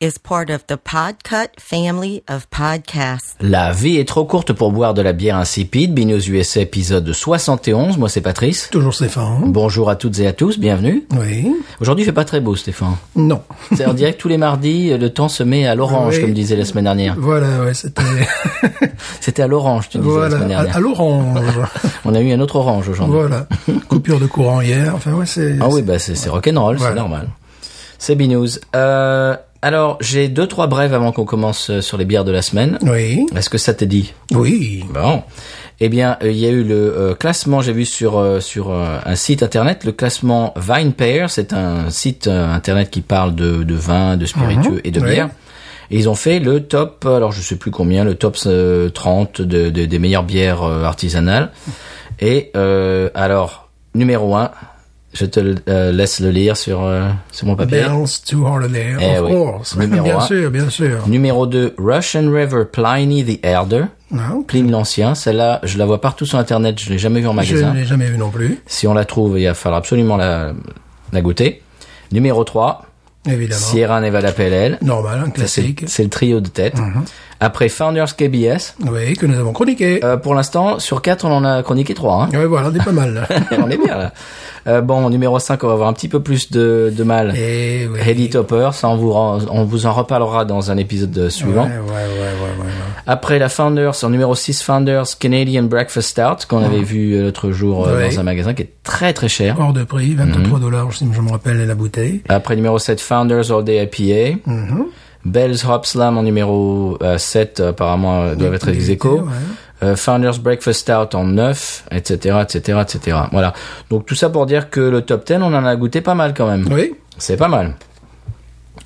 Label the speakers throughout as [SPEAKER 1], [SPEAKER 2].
[SPEAKER 1] is part of the Podcut family of podcasts.
[SPEAKER 2] La vie est trop courte pour boire de la bière insipide. Binous USA épisode 71. Moi, c'est Patrice.
[SPEAKER 3] Toujours Stéphane.
[SPEAKER 2] Bonjour à toutes et à tous, bienvenue.
[SPEAKER 3] Oui.
[SPEAKER 2] Aujourd'hui, il fait pas très beau, Stéphane.
[SPEAKER 3] Non.
[SPEAKER 2] C'est en direct tous les mardis, le temps se met à l'orange,
[SPEAKER 3] Oui.
[SPEAKER 2] comme disait la semaine dernière.
[SPEAKER 3] Voilà, ouais, c'était.
[SPEAKER 2] C'était à l'orange, tu disais la semaine
[SPEAKER 3] voilà, à,
[SPEAKER 2] dernière.
[SPEAKER 3] à l'orange.
[SPEAKER 2] On a eu un autre orange aujourd'hui.
[SPEAKER 3] voilà. Coupure de courant hier. Enfin, ouais, c'est.
[SPEAKER 2] Ah oui, bah c'est c'est rock'n'roll, c'est
[SPEAKER 3] Voilà.
[SPEAKER 2] normal. C'est B-News. Euh, alors, j'ai deux, trois brèves avant qu'on commence euh, sur les bières de la semaine.
[SPEAKER 3] Oui.
[SPEAKER 2] Est-ce que ça t'est dit
[SPEAKER 3] Oui.
[SPEAKER 2] Bon. Eh bien, euh, il y a eu le euh, classement, j'ai vu sur, euh, sur euh, un site internet, le classement Vine Pair. C'est un site euh, internet qui parle de, de vin, de spiritueux et de
[SPEAKER 3] Mhm. oui.
[SPEAKER 2] bière. Et ils ont fait le top, alors je sais plus combien, le top euh, 30 de, de- des meilleures bières euh, artisanales. Et euh, alors, numéro 1, je te le- euh, laisse le lire sur, euh, sur mon papier.
[SPEAKER 3] Bells to Holiday.
[SPEAKER 2] Eh
[SPEAKER 3] of
[SPEAKER 2] oui.
[SPEAKER 3] course.
[SPEAKER 2] Numéro
[SPEAKER 3] bien
[SPEAKER 2] un.
[SPEAKER 3] sûr, bien sûr.
[SPEAKER 2] Numéro 2, Russian River Pliny the Elder.
[SPEAKER 3] Non.
[SPEAKER 2] Pline l'Ancien, celle-là, je la vois partout sur Internet, je l'ai jamais vue en
[SPEAKER 3] Je
[SPEAKER 2] magasin.
[SPEAKER 3] ne l'ai jamais vu non plus,
[SPEAKER 2] Si on la trouve, il va falloir absolument la, la goûter. Numéro 3,
[SPEAKER 3] évidemment.
[SPEAKER 2] Sierra Nevada PLL.
[SPEAKER 3] Normal, un classique. Mhm.
[SPEAKER 2] C'est le trio de tête. Après Founders KBS.
[SPEAKER 3] Oui, que nous avons chroniqué.
[SPEAKER 2] Euh, pour l'instant, sur 4, on en a chroniqué 3. Hein.
[SPEAKER 3] Ouais, voilà, on est pas mal. là.
[SPEAKER 2] on est bien là. Euh, bon, numéro 5, on va avoir un petit peu plus de, de mal.
[SPEAKER 3] Eh oui.
[SPEAKER 2] Heady Topper, ça on vous, ren- on vous en reparlera dans un épisode euh,
[SPEAKER 3] Ouais,
[SPEAKER 2] suivant.
[SPEAKER 3] ouais, ouais, ouais, ouais, ouais.
[SPEAKER 2] Après la Founders, en numéro 6, Founders Canadian Breakfast Stout, qu'on avait vu l'autre jour euh,
[SPEAKER 3] Ah. Ouais.
[SPEAKER 2] dans un magasin qui est très très cher.
[SPEAKER 3] Hors de prix,
[SPEAKER 2] Mhm.
[SPEAKER 3] 23 dollars, si je me rappelle, la bouteille. Mhm.
[SPEAKER 2] Après numéro 7, Founders All Day IPA. Bell's Hop Slam en numéro euh, 7, apparemment, euh, doivent être ex aequo.
[SPEAKER 3] ouais.
[SPEAKER 2] Euh, Founders Breakfast Stout en 9, etc., etc., etc. Voilà. Donc tout ça pour dire que le top 10, on en a goûté pas mal quand même.
[SPEAKER 3] Oui.
[SPEAKER 2] C'est pas mal.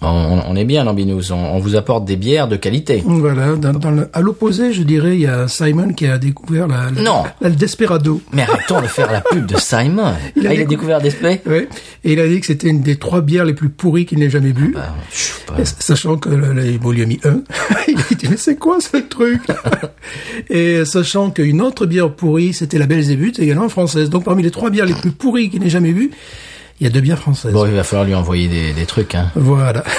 [SPEAKER 2] On, on- on est bien dans Binous. On, on vous apporte des bières de qualité.
[SPEAKER 3] Voilà, dans, dans le- à l'opposé, je dirais, il y a Simon qui a découvert la, la-
[SPEAKER 2] Non.
[SPEAKER 3] la- le Desperado.
[SPEAKER 2] Mais arrêtons de faire la pub de Simon.
[SPEAKER 3] Il a
[SPEAKER 2] Ah, il a
[SPEAKER 3] décou-
[SPEAKER 2] découvert des spectres
[SPEAKER 3] Oui. Et il a dit que c'était une des trois bières les plus pourries qu'il n'ait jamais bu.
[SPEAKER 2] Ah, je sais pas.
[SPEAKER 3] Sachant que le, le, bon, il lui a mis un. il a dit, mais c'est quoi ce truc Et sachant qu'une autre bière pourrie, c'était la Belzébuth, également française. Donc parmi les trois bières les plus pourries qu'il n'ait jamais bu, il y a deux bières françaises.
[SPEAKER 2] Bon, il va falloir lui envoyer des, des trucs. Hein.
[SPEAKER 3] Voilà.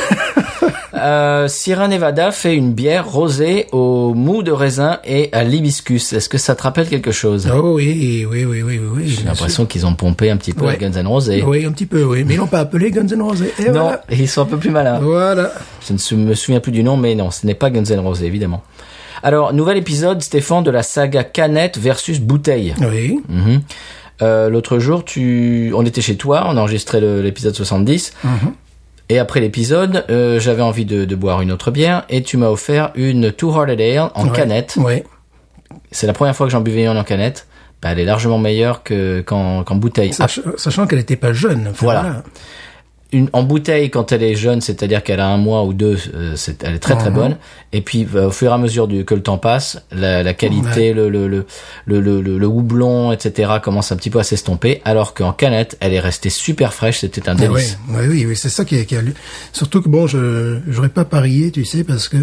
[SPEAKER 2] Euh, Sierra Nevada fait une bière rosée au mou de raisin et à l'hibiscus. Est-ce que ça te rappelle quelque chose
[SPEAKER 3] Oh oui, oui, oui, oui, oui. oui
[SPEAKER 2] J'ai l'impression qu'ils ont pompé un petit peu la
[SPEAKER 3] Ouais.
[SPEAKER 2] Guns N' Roses.
[SPEAKER 3] Oui, un petit peu, oui. Mais ils l'ont pas appelé Guns N' Roses. Et
[SPEAKER 2] Non,
[SPEAKER 3] Voilà.
[SPEAKER 2] et ils sont un peu plus malins.
[SPEAKER 3] voilà.
[SPEAKER 2] Oh. Je ne sou- me souviens plus du nom, mais non, ce n'est pas Guns N' Roses, évidemment. Alors, nouvel épisode, Stéphane, de la saga canette versus bouteille.
[SPEAKER 3] Oui.
[SPEAKER 2] Mhm. Euh, L'autre jour, tu, on était chez toi, on a enregistré le- l'épisode 70.
[SPEAKER 3] Mhm.
[SPEAKER 2] Et après l'épisode, euh, j'avais envie de, de boire une autre bière et tu m'as offert une Two Hearted Ale en canette.
[SPEAKER 3] Oui.
[SPEAKER 2] C'est la première fois que j'en buvais une en canette. Bah, elle est largement meilleure que qu'en qu'en bouteille.
[SPEAKER 3] Sach- sachant qu'elle n'était pas jeune. Enfin,
[SPEAKER 2] Voilà. Une- en bouteille, quand elle est jeune, c'est-à-dire qu'elle a un mois ou deux, euh, c'est, elle est très très
[SPEAKER 3] Mhm.
[SPEAKER 2] bonne. Et puis, euh, au fur et à mesure du, que le temps passe, la, la qualité, le, le, le, le, le, le- le houblon, etc., commence un petit peu à s'estomper. Alors qu'en canette, elle est restée super fraîche. C'était un
[SPEAKER 3] Ah ouais,
[SPEAKER 2] délice.
[SPEAKER 3] ouais, oui, oui, c'est ça qui, est- qui a lieu. Surtout que bon, je j'aurais pas parié, tu sais, parce que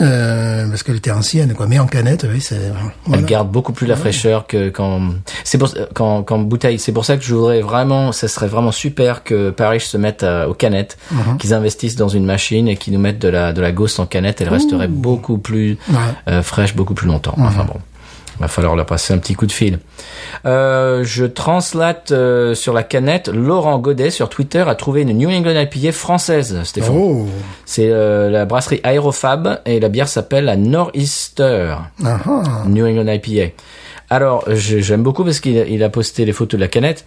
[SPEAKER 3] euh, parce qu'elle était ancienne, quoi. Mais en canette, oui, c'est
[SPEAKER 2] Elle
[SPEAKER 3] voilà.
[SPEAKER 2] garde beaucoup plus la fraîcheur que quand c'est pour quand quand bouteille. C'est pour ça que je voudrais vraiment, ça serait vraiment super que Paris se mette à- aux canettes,
[SPEAKER 3] Mhm.
[SPEAKER 2] qu'ils investissent dans une machine et qu'ils nous mettent de la de la ghost en canette. Elle resterait beaucoup plus
[SPEAKER 3] Ouais.
[SPEAKER 2] euh, fraîche, beaucoup plus longtemps. Enfin bon, va falloir leur passer un petit coup de fil. Euh, je translate euh, sur la canette. Laurent Godet sur Twitter a trouvé une New England IPA française. Stéphane,
[SPEAKER 3] Oh,
[SPEAKER 2] c'est euh, la brasserie Aérofab et la bière s'appelle la Nor'easter.
[SPEAKER 3] ah, ah.
[SPEAKER 2] New England IPA. Alors, je- j'aime beaucoup parce qu'il a, il a posté les photos de la canette.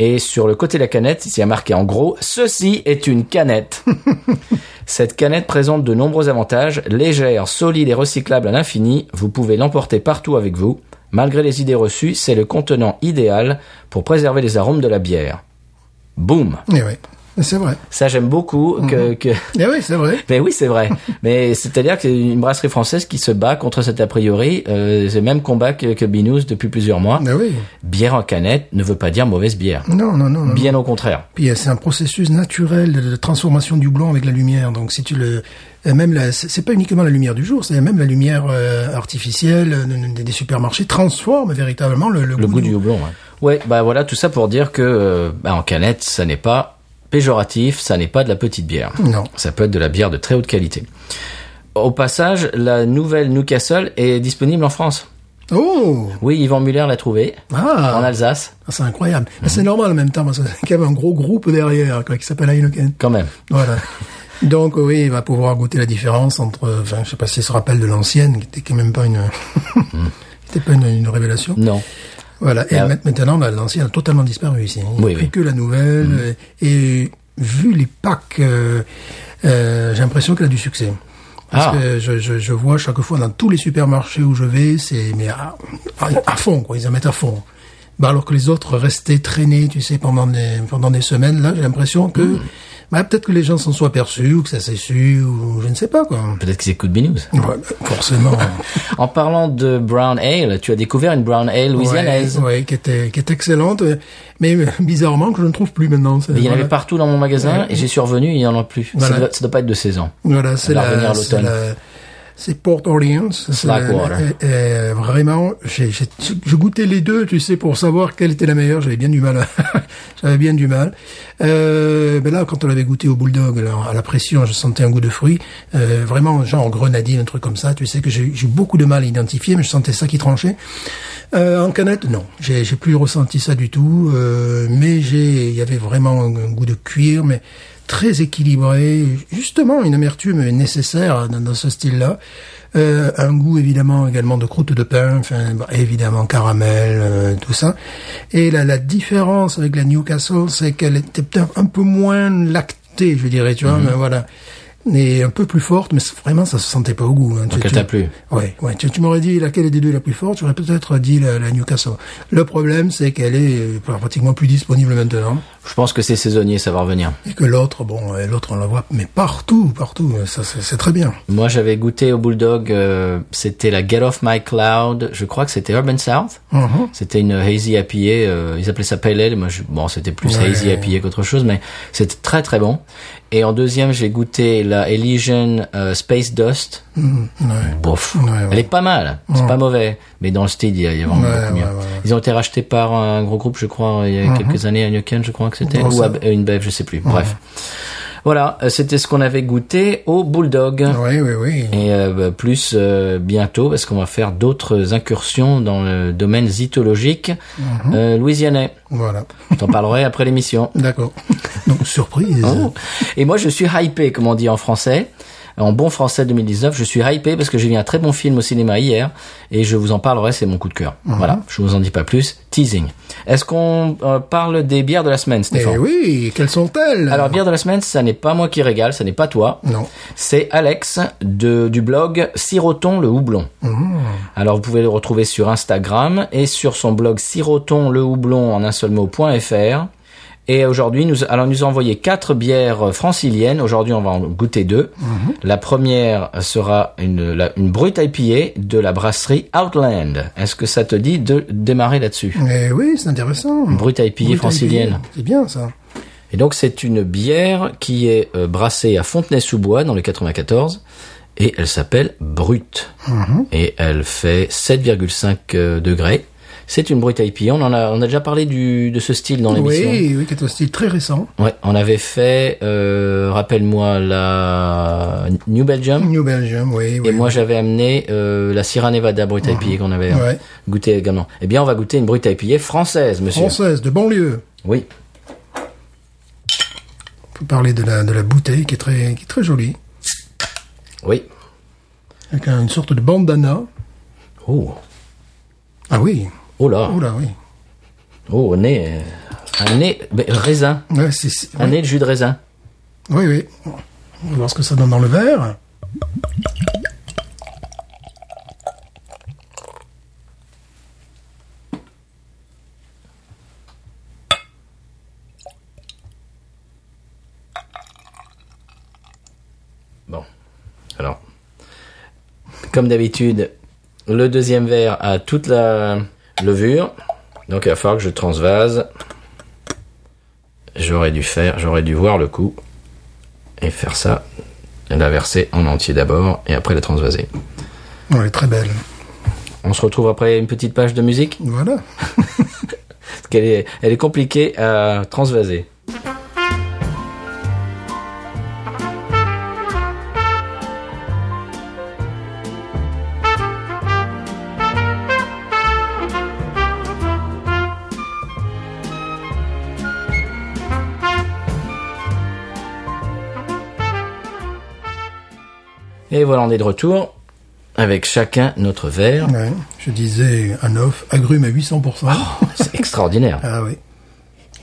[SPEAKER 2] Et sur le côté de la canette, il y a marqué en gros, ceci est une canette. Cette canette présente de nombreux avantages. Légère, solide et recyclable à l'infini, vous pouvez l'emporter partout avec vous. Malgré les idées reçues, c'est le contenant idéal pour préserver les arômes de la bière. Boum
[SPEAKER 3] Eh ouais. C'est vrai.
[SPEAKER 2] Ça, j'aime beaucoup que, que...
[SPEAKER 3] Eh oui, c'est vrai.
[SPEAKER 2] Mais Ben oui, c'est vrai. Mais c'est-à-dire que c'est une brasserie française qui se bat contre cet a priori. Euh, c'est le même combat que, que Binous depuis plusieurs mois.
[SPEAKER 3] Eh oui.
[SPEAKER 2] Bière en canette ne veut pas dire mauvaise bière.
[SPEAKER 3] Non, non, non. non.
[SPEAKER 2] Bien au contraire.
[SPEAKER 3] Puis euh, c'est un processus naturel de de transformation du blanc avec la lumière. Donc si tu le euh, même la, c'est c'est pas uniquement la lumière du jour, c'est même la lumière euh, artificielle euh, de- de- des supermarchés transforme véritablement le, le
[SPEAKER 2] Le
[SPEAKER 3] goût,
[SPEAKER 2] goût du houblon. Ouais. Ouais, bah voilà, tout ça pour dire que euh, bah, en canette, ça n'est pas péjoratif, ça n'est pas de la petite bière.
[SPEAKER 3] Non.
[SPEAKER 2] Ça peut être de la bière de très haute qualité. Au passage, la nouvelle Newcastle est disponible en France.
[SPEAKER 3] Oh
[SPEAKER 2] Oui, Yvan Muller l'a trouvée.
[SPEAKER 3] Ah
[SPEAKER 2] En Alsace,
[SPEAKER 3] C'est incroyable.
[SPEAKER 2] Mhm.
[SPEAKER 3] Mais C'est normal en même temps parce qu'il y avait un gros groupe derrière quoi, qui s'appelle Heineken.
[SPEAKER 2] quand même.
[SPEAKER 3] Voilà. Donc oui, il va pouvoir goûter la différence entre, euh, enfin, je sais pas s'il se rappelle de l'ancienne, qui était quand même pas une,
[SPEAKER 2] Mhm.
[SPEAKER 3] qui était pas une, une révélation.
[SPEAKER 2] Non.
[SPEAKER 3] Voilà. Et
[SPEAKER 2] Ah.
[SPEAKER 3] ma- maintenant, la- l'ancienne a totalement disparu ici. hein. Il n'y a
[SPEAKER 2] Oui,
[SPEAKER 3] plus
[SPEAKER 2] oui. Mm.
[SPEAKER 3] que la nouvelle. euh, Et vu les packs, euh, euh, j'ai l'impression qu'elle a du succès. Parce
[SPEAKER 2] Ah.
[SPEAKER 3] que je, je, je vois chaque fois dans tous les supermarchés où je vais, c'est mais à, à- à fond quoi, ils en mettent à fond. Bah alors que les autres restaient traînés, tu sais, pendant des pendant des semaines. Là, j'ai l'impression que
[SPEAKER 2] Mm.
[SPEAKER 3] bah peut-être que les gens s'en sont aperçus ou que ça s'est su ou je ne sais pas quoi.
[SPEAKER 2] Peut-être que c'est coup de binous.
[SPEAKER 3] Ouais, forcément.
[SPEAKER 2] En parlant de brown ale, tu as découvert une brown ale louisianaise.
[SPEAKER 3] Ouais, ouais, qui était qui est excellente, mais euh, bizarrement que je ne trouve plus maintenant. C'est-
[SPEAKER 2] Il y en
[SPEAKER 3] voilà.
[SPEAKER 2] avait partout dans mon magasin
[SPEAKER 3] Ouais.
[SPEAKER 2] et j'ai survenu, il n'y en a plus.
[SPEAKER 3] Voilà.
[SPEAKER 2] Ça, doit, ça doit pas être de 16 ans.
[SPEAKER 3] Voilà, c'est
[SPEAKER 2] va revenir à
[SPEAKER 3] la, c'est
[SPEAKER 2] l'automne.
[SPEAKER 3] la- c'est Port Orleans. c'est la-
[SPEAKER 2] Slackwater.
[SPEAKER 3] et- et vraiment, j'ai, j'ai, je goûtais les deux, tu sais, pour savoir quelle était la meilleure. J'avais bien du mal. à- J'avais bien du mal. Euh, ben là, quand on l'avait goûté au Bulldog, là, à la pression, je sentais un goût de fruit. Euh, vraiment, genre grenadine, un truc comme ça. Tu sais que j'ai, j'ai eu beaucoup de mal à identifier, mais je sentais ça qui tranchait. Euh, en canette, non, j'ai j'ai plus ressenti ça du tout, euh, mais j'ai, il y avait vraiment un, un goût de cuir, mais très équilibré, justement une amertume nécessaire dans, dans ce style-là, Euh, un goût évidemment également de croûte de pain, enfin bah, évidemment caramel, euh, tout ça. Et la, la différence avec la Newcastle, c'est qu'elle était peut-être un peu moins lactée, je dirais, tu
[SPEAKER 2] Mhm.
[SPEAKER 3] vois, mais voilà. Et un peu plus forte, mais c'est- vraiment ça se sentait pas au goût. hein. Tu-
[SPEAKER 2] Donc elle
[SPEAKER 3] tu-
[SPEAKER 2] t'a plu.
[SPEAKER 3] Ouais, ouais. Tu, tu m'aurais dit laquelle des deux est la plus forte, j'aurais peut-être dit la, la Newcastle. Le problème, c'est qu'elle est euh, pratiquement plus disponible maintenant
[SPEAKER 2] Je pense que c'est saisonnier, ça va revenir.
[SPEAKER 3] et que l'autre, bon, euh, l'autre on la voit mais partout, partout. euh, Ça, c'est c'est très bien.
[SPEAKER 2] Moi, j'avais goûté au Bulldog, euh, c'était la Get Off My Cloud, je crois que c'était Urban South.
[SPEAKER 3] Mhm.
[SPEAKER 2] C'était une hazy IPA, euh, ils appelaient ça Pale Ale, moi je, bon c'était plus
[SPEAKER 3] Ouais.
[SPEAKER 2] hazy IPA qu'autre chose, mais c'était très très bon. Et en deuxième j'ai goûté la Elysian euh, Space Dust,
[SPEAKER 3] Mm, Ouais.
[SPEAKER 2] bof,
[SPEAKER 3] Ouais, ouais.
[SPEAKER 2] elle est pas mal, c'est
[SPEAKER 3] Ouais.
[SPEAKER 2] pas mauvais, mais dans le style il y a, il y a vraiment
[SPEAKER 3] Ouais,
[SPEAKER 2] beaucoup mieux.
[SPEAKER 3] ouais, ouais, Mm-hmm. ouais.
[SPEAKER 2] Ils ont été rachetés par un gros groupe je crois il y a quelques années, à Neuquén je crois que c'était,
[SPEAKER 3] Bon,
[SPEAKER 2] ou
[SPEAKER 3] ça-
[SPEAKER 2] à une Bev je sais plus, bref. Voilà, euh, c'était ce qu'on avait goûté au Bulldog.
[SPEAKER 3] Oui, oui, oui.
[SPEAKER 2] Et euh, bah, plus euh, bientôt, parce qu'on va faire d'autres incursions dans le domaine zytologique
[SPEAKER 3] Mhm.
[SPEAKER 2] euh, louisianais.
[SPEAKER 3] Voilà.
[SPEAKER 2] Je t'en parlerai après l'émission.
[SPEAKER 3] D'accord. Donc surprise.
[SPEAKER 2] Oh. Et moi, je suis hypé, comme on dit en français. En bon français 2019, je suis hypé parce que j'ai vu un très bon film au cinéma hier et je vous en parlerai, c'est mon coup de cœur.
[SPEAKER 3] Mhm.
[SPEAKER 2] Voilà, je vous en dis pas plus. Teasing. Est-ce qu'on euh, parle des bières de la semaine,
[SPEAKER 3] Eh
[SPEAKER 2] Stéphane
[SPEAKER 3] oui, quelles sont-elles
[SPEAKER 2] Alors, bière de la semaine, ça n'est pas moi qui régale, ça n'est pas toi.
[SPEAKER 3] Non.
[SPEAKER 2] C'est Alex de, du blog Siroton le Houblon. Alors vous pouvez le retrouver sur Instagram et sur son blog Siroton le Houblon en un seul mot.fr. Et aujourd'hui, nous, alors nous a envoyé quatre bières franciliennes. Aujourd'hui, on va en goûter deux. La première sera une, la- une brute IPA de la brasserie Outland. Est-ce que ça te dit de démarrer là-dessus
[SPEAKER 3] Eh oui, c'est intéressant.
[SPEAKER 2] Brute IPA
[SPEAKER 3] Brut
[SPEAKER 2] francilienne.
[SPEAKER 3] IPA, C'est bien ça.
[SPEAKER 2] Et donc c'est une bière qui est euh, brassée à Fontenay-sous-Bois dans le 94 et elle s'appelle Brut.
[SPEAKER 3] Mhm.
[SPEAKER 2] Et elle fait 7,5 euh, degrés. C'est une Brut IPA. On en a on a déjà parlé du de ce style dans l'émission.
[SPEAKER 3] Oui, oui, qui est un style très récent.
[SPEAKER 2] Ouais, on avait fait euh, rappelle-moi la New Belgium
[SPEAKER 3] New Belgium, oui, oui.
[SPEAKER 2] et moi j'avais amené euh, la Sierra Nevada Brut IPA qu'on avait euh,
[SPEAKER 3] Ouais.
[SPEAKER 2] goûté également. Eh bien on va goûter une Brut IPA française monsieur.
[SPEAKER 3] Française, de banlieue.
[SPEAKER 2] Oui.
[SPEAKER 3] On peut parler de la, de la bouteille qui est très, qui est très jolie.
[SPEAKER 2] Oui.
[SPEAKER 3] Avec un- une sorte de bandana.
[SPEAKER 2] Oh.
[SPEAKER 3] Ah oui.
[SPEAKER 2] Oh là.
[SPEAKER 3] Oh là, oui.
[SPEAKER 2] Oh, un nez, euh, un nez ben, raisin,
[SPEAKER 3] Ouais, c'est, c'est-
[SPEAKER 2] un nez de jus de raisin.
[SPEAKER 3] oui, oui. On va voir ce que ça donne dans le verre.
[SPEAKER 2] comme d'habitude, le deuxième verre a toute la levure. Donc il va falloir que je transvase. J'aurais dû faire, j'aurais dû voir le coup et faire ça, et la verser en entier d'abord et après la transvaser.
[SPEAKER 3] Ouais, elle est très belle.
[SPEAKER 2] On se retrouve après une petite page de musique
[SPEAKER 3] Voilà.
[SPEAKER 2] parce qu'elle est, elle est compliquée à transvaser. Et voilà, on est de retour avec chacun notre verre.
[SPEAKER 3] Ouais. Je disais un off, agrume à 800%.
[SPEAKER 2] C'est extraordinaire.
[SPEAKER 3] ah oui.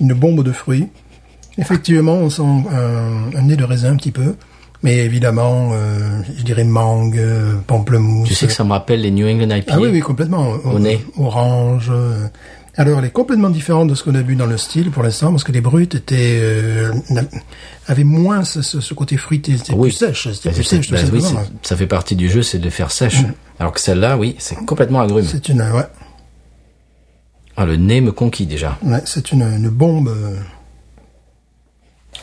[SPEAKER 3] Une bombe de fruits. Effectivement, on sent un, un nez de raisin un petit peu. Mais évidemment, euh, je dirais mangue, euh, pamplemousse.
[SPEAKER 2] Tu sais que ça me rappelle les New England IPA.
[SPEAKER 3] Ah oui, oui, complètement.
[SPEAKER 2] Au nez.
[SPEAKER 3] Orange. euh. Alors, elle est complètement différente de ce qu'on a vu dans le style pour l'instant, parce que les brutes étaient euh, n'a- avaient moins ce, ce- ce côté fruité, c'était
[SPEAKER 2] Oui.
[SPEAKER 3] plus sèche, c'était
[SPEAKER 2] Bah,
[SPEAKER 3] plus
[SPEAKER 2] c'est-
[SPEAKER 3] sèche tout
[SPEAKER 2] bah oui,
[SPEAKER 3] simplement.
[SPEAKER 2] c'est- ça fait partie du jeu, c'est de le faire sèche. Alors que celle-là, oui, c'est complètement agrume.
[SPEAKER 3] Mm. C'est une, ouais,
[SPEAKER 2] Ah, le nez me conquis déjà.
[SPEAKER 3] ouais, c'est une, une bombe. euh,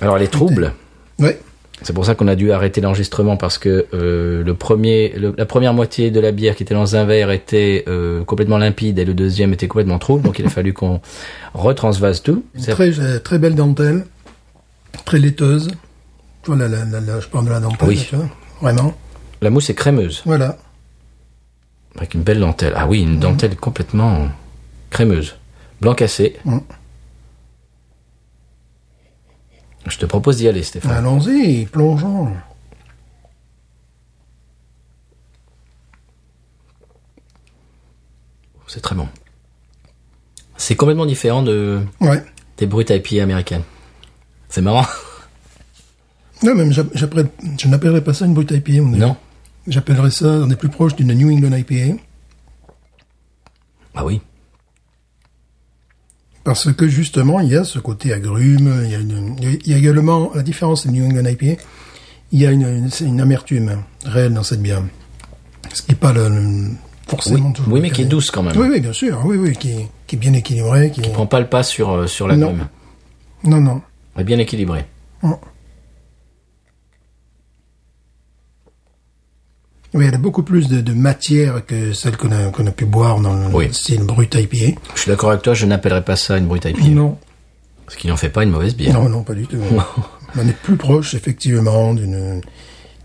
[SPEAKER 2] Alors elle est trouble.
[SPEAKER 3] Ouais,
[SPEAKER 2] C'est pour ça qu'on a dû arrêter l'enregistrement parce que euh, le premier, le- la première moitié de la bière qui était dans un verre était euh, complètement limpide et le deuxième était complètement trouble. Donc il a fallu qu'on retransvase tout.
[SPEAKER 3] une
[SPEAKER 2] C'est-
[SPEAKER 3] très euh, très belle dentelle, très laiteuse. Voilà, la, la, la- je parle de la dentelle,
[SPEAKER 2] Oui.
[SPEAKER 3] tu vois, vraiment.
[SPEAKER 2] La mousse est crémeuse
[SPEAKER 3] Voilà,
[SPEAKER 2] avec une belle dentelle. Ah oui,
[SPEAKER 3] Mm.
[SPEAKER 2] une dentelle complètement crémeuse, blanc cassé.
[SPEAKER 3] Mhm.
[SPEAKER 2] Je te propose d'y aller, Stéphane.
[SPEAKER 3] allons-y, plongeons.
[SPEAKER 2] Oh, C'est très bon. C'est complètement différent de
[SPEAKER 3] Ouais.
[SPEAKER 2] des brutes IPA américaines. C'est marrant.
[SPEAKER 3] Non, même j'app- j'appelle- je n'appellerais pas ça une brute IPA. on est-
[SPEAKER 2] Non
[SPEAKER 3] J'appellerais ça, on est plus proche d'une New England IPA.
[SPEAKER 2] Ah oui.
[SPEAKER 3] Parce que justement, il y a ce côté agrume, il y a, une- il y a également, la différence des New England IPA, il y a une, une- c'est une amertume réelle dans cette bière. Ce qui n'est pas le, le- forcément
[SPEAKER 2] Oui,
[SPEAKER 3] toujours
[SPEAKER 2] oui,
[SPEAKER 3] le
[SPEAKER 2] mais
[SPEAKER 3] cas
[SPEAKER 2] qui est
[SPEAKER 3] des-
[SPEAKER 2] douce quand même.
[SPEAKER 3] Oui, oui, bien sûr, oui, oui, qui, est- qui est bien équilibré, qui, est-
[SPEAKER 2] Prends pas le pas sur, euh, sur la
[SPEAKER 3] Non.
[SPEAKER 2] gomme.
[SPEAKER 3] Non, non. Oh.
[SPEAKER 2] Elle est bien équilibrée.
[SPEAKER 3] non. Oui, elle a beaucoup plus de, de matière que celle qu'on a, qu'on a pu boire dans le
[SPEAKER 2] Oui.
[SPEAKER 3] style brut IPA.
[SPEAKER 2] Je suis d'accord avec toi, je n'appellerai pas ça une brute IPA.
[SPEAKER 3] Non.
[SPEAKER 2] Parce qu'il n'en fait pas une mauvaise bière.
[SPEAKER 3] Non, non, pas du tout. On est plus proche, effectivement, d'une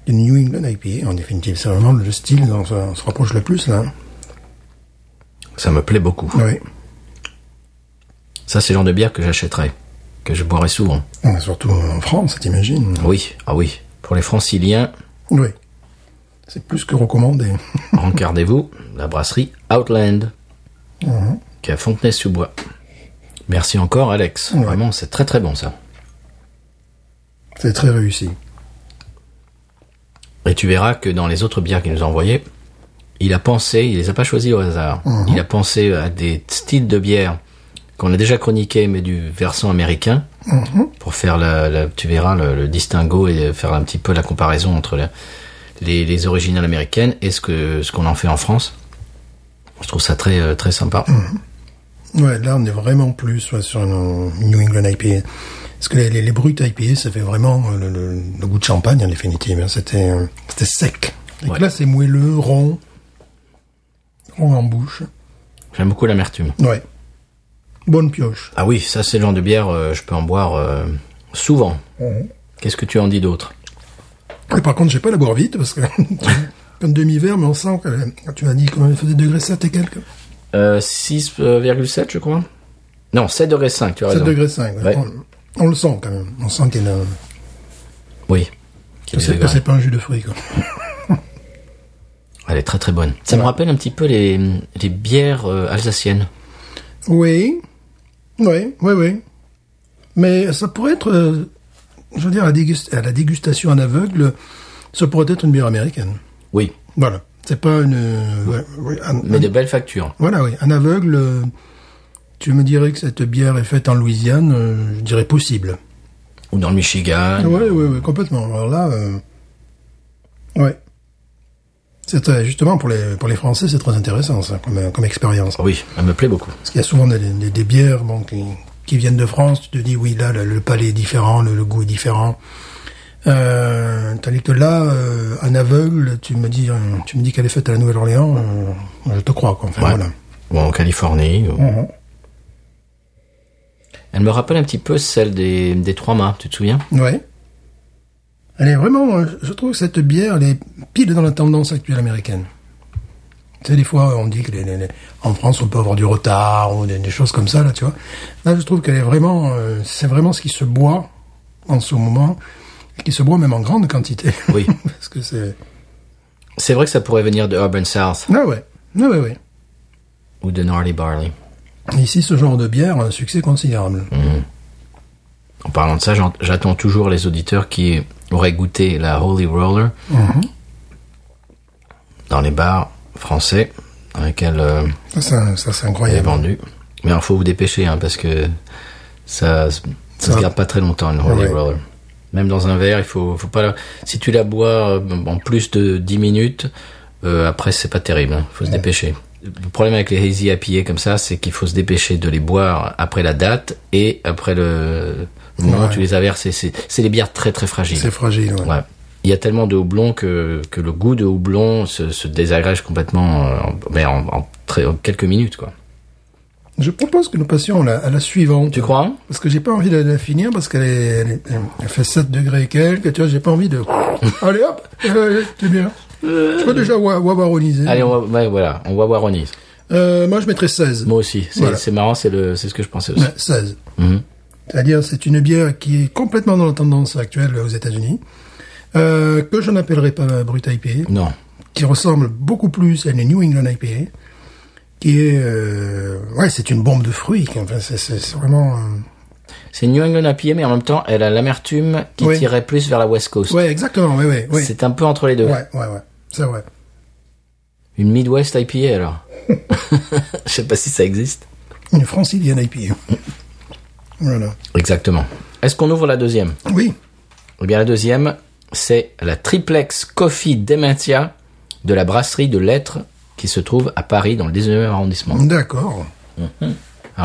[SPEAKER 3] d'une New England IPA. En définitive, c'est vraiment le style dont on se rapproche le plus, là.
[SPEAKER 2] Ça me plaît beaucoup.
[SPEAKER 3] Oui.
[SPEAKER 2] Ça, c'est le genre de bière que j'achèterais. Que je boirais souvent.
[SPEAKER 3] Ouais, Ah, Surtout en France, t'imagines
[SPEAKER 2] Oui, ah oui. Pour les franciliens,
[SPEAKER 3] Oui. C'est plus que recommandé.
[SPEAKER 2] rencardez-vous. La brasserie Outland.
[SPEAKER 3] Mhm.
[SPEAKER 2] Qui est à Fontenay-sous-Bois. Merci encore, Alex.
[SPEAKER 3] Ouais.
[SPEAKER 2] Vraiment, c'est très très bon ça.
[SPEAKER 3] C'est très réussi.
[SPEAKER 2] Et tu verras que dans les autres bières qu'il nous a envoyées, il a pensé, il les a pas choisis au hasard. Il a pensé à des styles de bière qu'on a déjà chroniqués, mais du versant américain, pour faire la, la- tu verras le, le distinguo et faire un petit peu la comparaison entre la- les, les originales américaines et ce que ce qu'on en fait en France. Je trouve ça très euh, très sympa.
[SPEAKER 3] Ouais, là, on est vraiment plus ouais, sur une New England IPA. Parce que les, les, les brutes IPA, ça fait vraiment euh, le, le- le goût de champagne, en définitive. hein. C'était euh, c'était sec. Et
[SPEAKER 2] Ouais.
[SPEAKER 3] que là, c'est moelleux, rond. Rond en bouche.
[SPEAKER 2] J'aime beaucoup l'amertume.
[SPEAKER 3] Ouais. Bonne pioche.
[SPEAKER 2] Ah oui, ça c'est le genre de bière, euh, je peux en boire euh, souvent. Qu'est-ce que tu en dis d'autre
[SPEAKER 3] Et par contre, j'ai pas la boire vite parce que un demi-verre, mais on sent que tu m'as dit comment il faisait degré 7 et quelques.
[SPEAKER 2] Euh, 6,7 je crois. Non, 7,5 tu as
[SPEAKER 3] 7
[SPEAKER 2] raison.
[SPEAKER 3] degrés 5. ouais.
[SPEAKER 2] Ouais.
[SPEAKER 3] On, on le sent quand même. On sent qu'il y a une-
[SPEAKER 2] Oui.
[SPEAKER 3] que c'est que c'est pas un jus de fruits. Quoi.
[SPEAKER 2] Elle est très très bonne. Ça me rappelle un petit peu les, les bières euh, alsaciennes.
[SPEAKER 3] Oui, oui, oui, oui. Mais ça pourrait être, euh, je veux dire, à la, dégus- à la dégustation en aveugle, ça pourrait être une bière américaine.
[SPEAKER 2] Oui.
[SPEAKER 3] Voilà. C'est pas une. euh, ouais, ouais, un-
[SPEAKER 2] Mais
[SPEAKER 3] un-
[SPEAKER 2] de belles factures.
[SPEAKER 3] Voilà, oui. Un aveugle, euh, tu me dirais que cette bière est faite en Louisiane, euh, je dirais possible.
[SPEAKER 2] Ou dans le Michigan.
[SPEAKER 3] Ouais, ouais, ouais, complètement. Alors là, euh, ouais. C'est très- justement pour les pour les Français, c'est très intéressant ça comme euh, comme expérience.
[SPEAKER 2] Oui, elle me plaît beaucoup.
[SPEAKER 3] Parce qu'il y a souvent des, des- des bières bon, qui, qui viennent de France. Tu te dis, oui, là, le, le palais est différent, le, le goût est différent. Euh, tandis que là, euh, un aveugle, tu me dis, euh, tu me dis qu'elle est faite à la Nouvelle-Orléans, euh, je te crois, quoi. Enfin,
[SPEAKER 2] Ouais.
[SPEAKER 3] voilà.
[SPEAKER 2] Ou en Californie. ou-
[SPEAKER 3] Mhm.
[SPEAKER 2] Elle me rappelle un petit peu celle des, des trois mâts, tu te souviens
[SPEAKER 3] Ouais. Elle est vraiment, euh, je trouve que cette bière, elle est pile dans la tendance actuelle américaine. Tu sais, des fois, on dit que les, les- les- en France, on peut avoir du retard ou des, des choses comme ça, là, tu vois. Là, je trouve qu'elle est vraiment, euh, c'est vraiment ce qui se boit en ce moment, et qui se boit même en grande quantité.
[SPEAKER 2] Oui.
[SPEAKER 3] Parce que c'est.
[SPEAKER 2] C'est vrai que ça pourrait venir de Urban South
[SPEAKER 3] Ah ouais, ah ouais, ouais.
[SPEAKER 2] ou de Gnarly Barley.
[SPEAKER 3] Ici, ce genre de bière, a un succès considérable.
[SPEAKER 2] Mm. En parlant de ça, j'en- j'attends toujours les auditeurs qui auraient goûté la Holy Roller dans les bars français dans lesquels euh,
[SPEAKER 3] Ça, c'est un- Ça, c'est
[SPEAKER 2] elle est
[SPEAKER 3] incroyable.
[SPEAKER 2] vendue. Mais il faut vous dépêcher hein, parce que ça, ça, se
[SPEAKER 3] va.
[SPEAKER 2] garde pas très longtemps une Holy
[SPEAKER 3] Ouais.
[SPEAKER 2] Roller. Même dans un verre, il faut, faut pas. la- Si tu la bois euh, en plus de 10 minutes, euh, après c'est pas terrible. hein, faut se dépêcher. Le problème avec les hazy IPA comme ça, c'est qu'il faut se dépêcher de les boire après la date et après le, le moment où
[SPEAKER 3] Ouais.
[SPEAKER 2] tu les as versés. C'est c'est des bières très très fragiles.
[SPEAKER 3] C'est fragile, ouais.
[SPEAKER 2] Ouais. Il y a tellement de houblon que, que le goût de houblon se, se désagrège complètement euh, en, mais en, en très- en quelques minutes. quoi.
[SPEAKER 3] Je propose que nous passions à la, à la suivante.
[SPEAKER 2] Tu crois hein
[SPEAKER 3] Parce que j'ai pas envie de la finir parce qu'elle est, elle est- elle fait 7 degrés et quelques, tu vois, j'ai pas envie de. Allez hop, euh, c'est bien. Tu peux déjà wa- wa- waroniser.
[SPEAKER 2] Euh. Allez, on va, ouais, voilà, on va voir Ronnie.
[SPEAKER 3] Euh, moi je mettrais 16.
[SPEAKER 2] Moi aussi, c'est
[SPEAKER 3] Voilà.
[SPEAKER 2] c'est marrant, c'est le- c'est ce que je pensais aussi.
[SPEAKER 3] Ouais, 16.
[SPEAKER 2] Mhm.
[SPEAKER 3] C'est-à-dire c'est une bière qui est complètement dans la tendance actuelle aux États-Unis, euh, que je n'appellerai pas Brut IPA,
[SPEAKER 2] Non,
[SPEAKER 3] qui ressemble beaucoup plus à une New England IPA, qui est euh, ouais c'est une bombe de fruits. quoi. Enfin, c'est- c'est c'est vraiment euh,
[SPEAKER 2] c'est New England IPA, mais en même temps, elle a l'amertume qui
[SPEAKER 3] Oui.
[SPEAKER 2] tirait plus vers la West Coast.
[SPEAKER 3] ouais exactement ouais ouais ouais
[SPEAKER 2] C'est un peu entre les deux.
[SPEAKER 3] ouais ouais ouais c'est vrai.
[SPEAKER 2] Une Midwest IPA, alors. Je sais pas si ça existe.
[SPEAKER 3] Une francilienne IPA. voilà.
[SPEAKER 2] Exactement. Est-ce qu'on ouvre la deuxième
[SPEAKER 3] Oui.
[SPEAKER 2] Eh bien, la deuxième, c'est la Triplex Coffee Dementia de la brasserie de Lettres qui se trouve à Paris dans le 19e arrondissement.
[SPEAKER 3] D'accord.
[SPEAKER 2] Alors,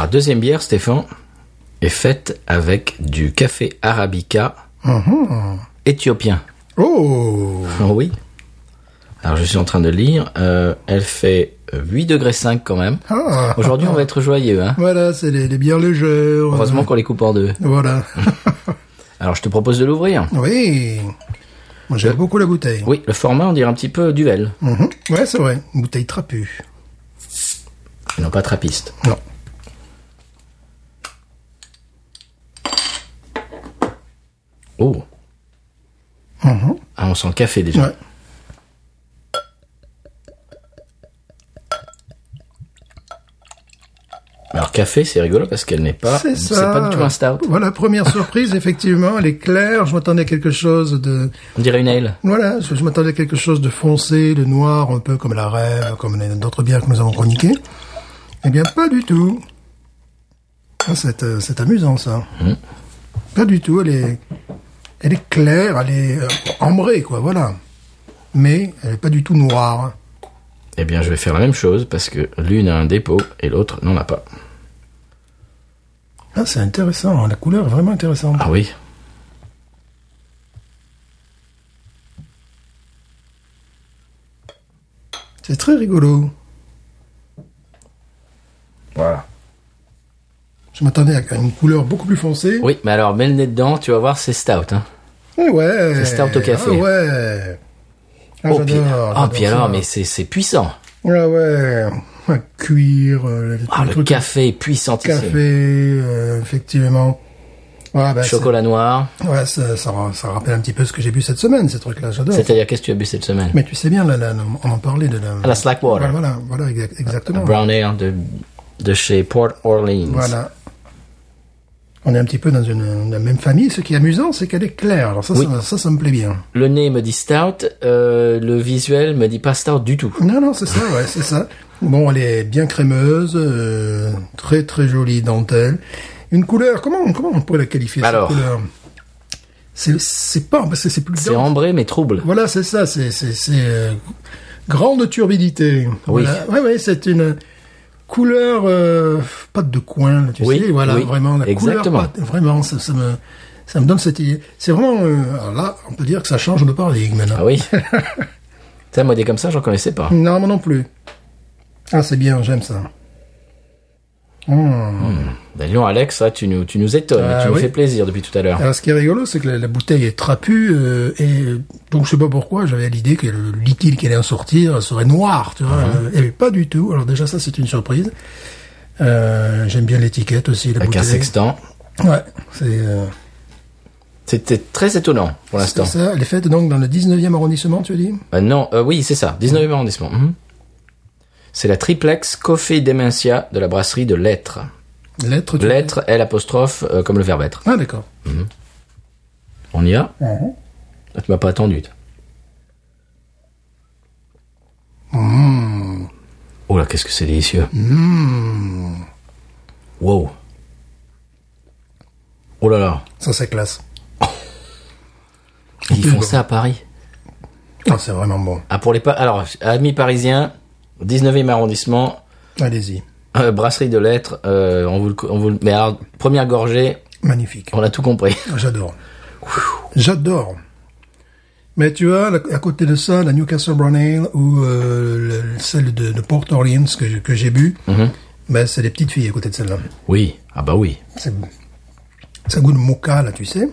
[SPEAKER 2] la deuxième bière, Stéphane, est faite avec du café arabica
[SPEAKER 3] Mm-hmm.
[SPEAKER 2] éthiopien.
[SPEAKER 3] Oh
[SPEAKER 2] oui. Alors, je suis en train de lire. euh, elle fait 8 degrés 5 quand même.
[SPEAKER 3] Ah.
[SPEAKER 2] Aujourd'hui, on va être joyeux. Hein
[SPEAKER 3] Voilà, c'est les, les bières légères.
[SPEAKER 2] Heureusement qu'on les coupe en deux.
[SPEAKER 3] Voilà.
[SPEAKER 2] Alors, je te propose de l'ouvrir.
[SPEAKER 3] oui. Moi, j'aime beaucoup la bouteille.
[SPEAKER 2] Oui, le format, on dirait un petit peu duel.
[SPEAKER 3] Mhm. Ouais, c'est vrai. Une bouteille trapue.
[SPEAKER 2] Et Non, pas trappiste.
[SPEAKER 3] Non.
[SPEAKER 2] Oh
[SPEAKER 3] Mhm.
[SPEAKER 2] Ah, on sent le café déjà.
[SPEAKER 3] Ouais.
[SPEAKER 2] Alors, café, c'est rigolo parce qu'elle n'est pas.
[SPEAKER 3] c'est ça.
[SPEAKER 2] pas du tout un stout.
[SPEAKER 3] Voilà, première surprise, effectivement. Elle est claire. Je m'attendais à quelque chose de...
[SPEAKER 2] On dirait une ale.
[SPEAKER 3] Voilà, je, je m'attendais à quelque chose de foncé, de noir, un peu comme la rêve, comme les- d'autres bières que nous avons chroniquées. Eh bien, pas du tout. Ah, c'est, euh, c'est amusant, ça.
[SPEAKER 2] Hum.
[SPEAKER 3] Pas du tout, elle est, elle est claire, elle est euh, ambrée, quoi, voilà. Mais elle est pas du tout noire.
[SPEAKER 2] Eh bien, je vais faire la même chose parce que l'une a un dépôt et l'autre n'en a pas.
[SPEAKER 3] Ah, c'est intéressant, hein, la couleur est vraiment intéressante.
[SPEAKER 2] Ah oui.
[SPEAKER 3] C'est très rigolo.
[SPEAKER 2] Voilà.
[SPEAKER 3] Je m'attendais à une couleur beaucoup plus foncée.
[SPEAKER 2] Oui, mais alors, mets le nez dedans, tu vas voir, c'est stout. Hein.
[SPEAKER 3] Ah ouais.
[SPEAKER 2] C'est stout au café.
[SPEAKER 3] Ah ouais. Ah,
[SPEAKER 2] oh, puis,
[SPEAKER 3] j'adore,
[SPEAKER 2] ah, puis
[SPEAKER 3] j'adore
[SPEAKER 2] alors,
[SPEAKER 3] ça.
[SPEAKER 2] mais c'est c'est puissant.
[SPEAKER 3] Ah ouais, un cuir, euh, le,
[SPEAKER 2] Ah,
[SPEAKER 3] le
[SPEAKER 2] le
[SPEAKER 3] truc
[SPEAKER 2] café est
[SPEAKER 3] au
[SPEAKER 2] puissantissime.
[SPEAKER 3] café, euh, effectivement. Ouais, bah,
[SPEAKER 2] Chocolat noir.
[SPEAKER 3] c'est- Ouais, ça, ça, ra- ça rappelle un petit peu ce que j'ai bu cette semaine, ces trucs-là, j'adore.
[SPEAKER 2] C'est-à-dire, qu'est-ce que tu as bu cette semaine
[SPEAKER 3] Mais tu sais bien, là, là, on en parlait de la...
[SPEAKER 2] Ah, La slack water.
[SPEAKER 3] Voilà, voilà, voilà, exact- exactement.
[SPEAKER 2] Brown Ale de, de chez Port Orleans.
[SPEAKER 3] Voilà. On est un petit peu dans une, la même famille. Ce qui est amusant, c'est qu'elle est claire. Alors ça,
[SPEAKER 2] Oui.
[SPEAKER 3] ça, ça, ça me plaît bien.
[SPEAKER 2] Le nez me dit stout, euh, le visuel me dit pas stout du tout.
[SPEAKER 3] Non, non, c'est ça, ouais, c'est ça. Bon, elle est bien crémeuse, euh, très très jolie dentelle. Une couleur, comment, comment on pourrait la qualifier
[SPEAKER 2] Alors.
[SPEAKER 3] cette couleur C'est c'est pas parce que c'est plus
[SPEAKER 2] C'est
[SPEAKER 3] dense.
[SPEAKER 2] ambré mais trouble.
[SPEAKER 3] Voilà, c'est ça, c'est c'est c'est euh, Grande turbidité.
[SPEAKER 2] Oui.
[SPEAKER 3] Voilà. Ouais, ouais, c'est une couleur euh, pâte de coin, là, tu
[SPEAKER 2] Oui,
[SPEAKER 3] sais. Voilà,
[SPEAKER 2] oui,
[SPEAKER 3] vraiment la
[SPEAKER 2] exactement.
[SPEAKER 3] couleur pâte. Vraiment, ça, ça me ça me donne cette idée. C'est vraiment euh, alors là, on peut dire que ça change de paradigme maintenant.
[SPEAKER 2] Ah oui. Ça, moi, des comme ça, j'en connaissais pas.
[SPEAKER 3] Non, moi non plus. Ah, c'est bien, j'aime ça.
[SPEAKER 2] Hum.
[SPEAKER 3] Hmm.
[SPEAKER 2] D'ailleurs, Ben, Alex, là, tu nous, tu nous étonnes,
[SPEAKER 3] Ah,
[SPEAKER 2] tu nous
[SPEAKER 3] oui. Ah
[SPEAKER 2] fais plaisir depuis tout à l'heure.
[SPEAKER 3] Alors, ce qui est rigolo, c'est que la, la bouteille est trapue, euh, et euh, donc je sais pas pourquoi, j'avais l'idée que le liquide qui allait en sortir serait noir, tu vois.
[SPEAKER 2] Hum.
[SPEAKER 3] euh, et pas du tout. Alors déjà, ça, c'est une surprise. Euh, J'aime bien l'étiquette aussi, la
[SPEAKER 2] Avec un
[SPEAKER 3] bouteille.
[SPEAKER 2] sextant.
[SPEAKER 3] Ouais, c'est euh,
[SPEAKER 2] C'était très étonnant pour l'instant.
[SPEAKER 3] c'est ça. Elle est faite donc dans le 19e arrondissement, tu as dit
[SPEAKER 2] Euh, non, euh, oui, c'est ça, 19e arrondissement. Mhm. C'est la triplex Coffee Dementia de la brasserie de Lettres.
[SPEAKER 3] Lettre tu-
[SPEAKER 2] Lettres, L apostrophe, euh, comme le verbe être.
[SPEAKER 3] Ah, d'accord.
[SPEAKER 2] On y va Ah, Tu m'as pas attendu. toi. Oh là, qu'est-ce que c'est délicieux. Mmh. Wow. Oh là là.
[SPEAKER 3] Ça, c'est classe.
[SPEAKER 2] Ils font
[SPEAKER 3] bon.
[SPEAKER 2] ça à Paris.
[SPEAKER 3] Ah, c'est vraiment bon.
[SPEAKER 2] Ah, pour les pas. Alors, amis parisiens, 19e arrondissement,
[SPEAKER 3] Allez-y.
[SPEAKER 2] euh, brasserie de lettres, euh, on vous le, co- on vous le- mais alors, première gorgée,
[SPEAKER 3] Magnifique.
[SPEAKER 2] on a tout compris.
[SPEAKER 3] J'adore. J'adore. Mais tu as, à côté de ça, la Newcastle Brown Ale ou euh, le- celle de, de Port Orleans que, je- que j'ai bu, ben, c'est des petites filles à côté de celle-là.
[SPEAKER 2] Oui. Ah bah oui.
[SPEAKER 3] C'est c'est un goût de mocha, là, tu sais.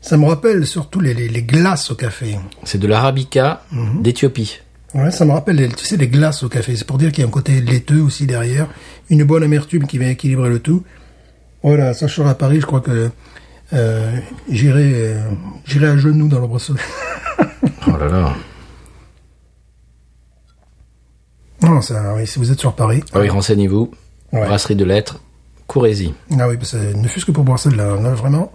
[SPEAKER 3] Ça me rappelle surtout les, les- les glaces au café.
[SPEAKER 2] C'est de l'arabica
[SPEAKER 3] Mhm.
[SPEAKER 2] d'Éthiopie.
[SPEAKER 3] Ouais, ça me rappelle, les- tu sais, les glaces au café. C'est pour dire qu'il y a un côté laiteux aussi derrière. Une bonne amertume qui vient équilibrer le tout. Voilà, ça, je serai à Paris, je crois que euh, j'irai euh, j'irai à genoux dans le brosseau.
[SPEAKER 2] Oh là là.
[SPEAKER 3] Non, ça, oui, si vous êtes sur Paris.
[SPEAKER 2] Ah oui, renseignez-vous.
[SPEAKER 3] Ouais.
[SPEAKER 2] Brasserie de lettres, courez-y.
[SPEAKER 3] Ah oui, parce que ne fût-ce que pour boire celle-là, là, vraiment.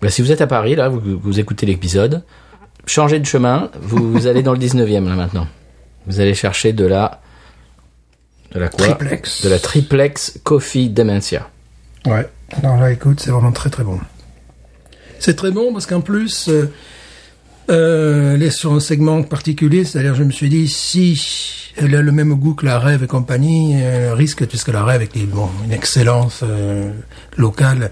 [SPEAKER 2] Bah, si vous êtes à Paris, là, vous, vous écoutez l'épisode, changez de chemin, vous, vous allez dans le 19e, là, maintenant. Vous allez chercher de la... De la quoi
[SPEAKER 3] Triplex.
[SPEAKER 2] De la triplex Coffee Dementia.
[SPEAKER 3] Ouais. Non, là, écoute, c'est vraiment très très bon. C'est très bon parce qu'en plus, euh, euh, elle est sur un segment particulier, c'est-à-dire, je me suis dit, si elle a le même goût que la rêve et compagnie, elle risque, puisque la rêve est bon, une excellence euh, locale,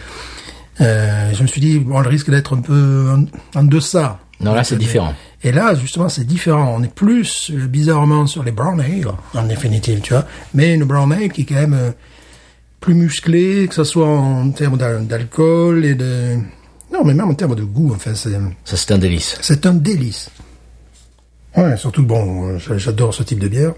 [SPEAKER 3] euh, je me suis dit, bon, elle risque d'être un peu en, en deçà.
[SPEAKER 2] Non, là, c'est
[SPEAKER 3] Mais-
[SPEAKER 2] différent.
[SPEAKER 3] Et là, justement, c'est différent. On est plus, euh, bizarrement, sur les brown ale, en définitive, tu vois. Mais une brown ale qui est quand même euh, plus musclée, que ce soit en termes d'al- d'alcool et de... Non, mais même en termes de goût, enfin, c'est...
[SPEAKER 2] Ça, c'est un délice.
[SPEAKER 3] C'est un délice. Ouais, surtout que bon, euh, j'a- j'adore ce type de bière.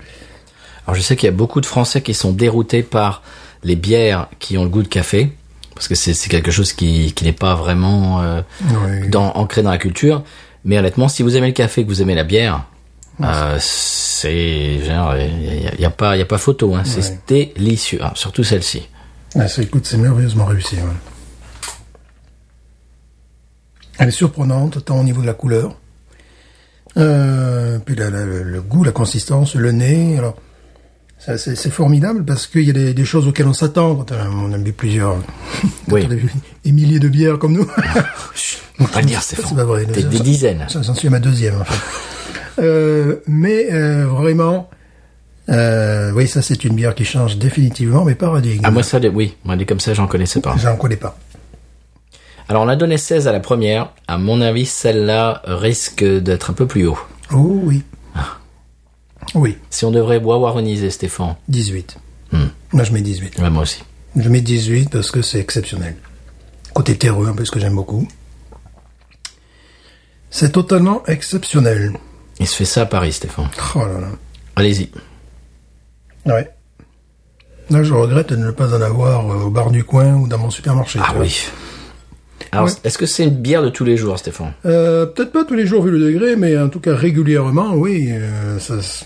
[SPEAKER 2] Alors, je sais qu'il y a beaucoup de Français qui sont déroutés par les bières qui ont le goût de café, parce que c'est c'est quelque chose qui, qui n'est pas vraiment euh,
[SPEAKER 3] Ouais.
[SPEAKER 2] dans, ancré dans la culture. Mais honnêtement, si vous aimez le café et que vous aimez la bière, euh, c'est genre il y a, y a pas y a pas photo hein, c'est
[SPEAKER 3] Ouais.
[SPEAKER 2] délicieux Ah, surtout celle-ci.
[SPEAKER 3] Ah, c'est- écoute, c'est merveilleusement réussi. ouais. Elle est surprenante, tant au niveau de la couleur, euh, puis la- la- le, le goût, la consistance, le nez. Alors, ça, c'est c'est formidable parce qu'il y a des, des choses auxquelles on s'attend quand on a, on a bu plusieurs, quand
[SPEAKER 2] Oui.
[SPEAKER 3] on a bu des milliers de bières comme nous.
[SPEAKER 2] Chut, on va le dire Stéphane.
[SPEAKER 3] C'est pas vrai.
[SPEAKER 2] Peut-être
[SPEAKER 3] Ça-
[SPEAKER 2] des
[SPEAKER 3] ça-
[SPEAKER 2] dizaines.
[SPEAKER 3] Ça, j'en suis à ma deuxième. en fait. Euh, mais euh, vraiment, euh, oui, ça c'est une bière qui change définitivement mes paradigmes.
[SPEAKER 2] Ah moi ça les- oui, moi des comme ça j'en connaissais pas.
[SPEAKER 3] J'en connais pas.
[SPEAKER 2] Alors on a donné 16 à la première, à mon avis celle-là risque d'être un peu plus haut.
[SPEAKER 3] Oh oui.
[SPEAKER 2] Ah.
[SPEAKER 3] Oui,
[SPEAKER 2] Si on devrait boiwaroniser Stéphane,
[SPEAKER 3] 18.
[SPEAKER 2] Hmm.
[SPEAKER 3] Moi je mets 18.
[SPEAKER 2] Ouais, moi aussi.
[SPEAKER 3] Je mets 18 parce que c'est exceptionnel. Côté terreux, un peu ce que j'aime beaucoup. C'est totalement exceptionnel.
[SPEAKER 2] Il se fait ça à Paris Stéphane.
[SPEAKER 3] Oh là là.
[SPEAKER 2] Allez-y.
[SPEAKER 3] Ouais. Là, je regrette de ne pas en avoir euh, au bar du coin ou dans mon supermarché.
[SPEAKER 2] Ah
[SPEAKER 3] tu vois.
[SPEAKER 2] oui. Alors
[SPEAKER 3] Ouais.
[SPEAKER 2] est-ce que c'est une bière de tous les jours Stéphane
[SPEAKER 3] Euh, peut-être pas tous les jours vu le degré, mais en tout cas régulièrement, oui, euh, ça s-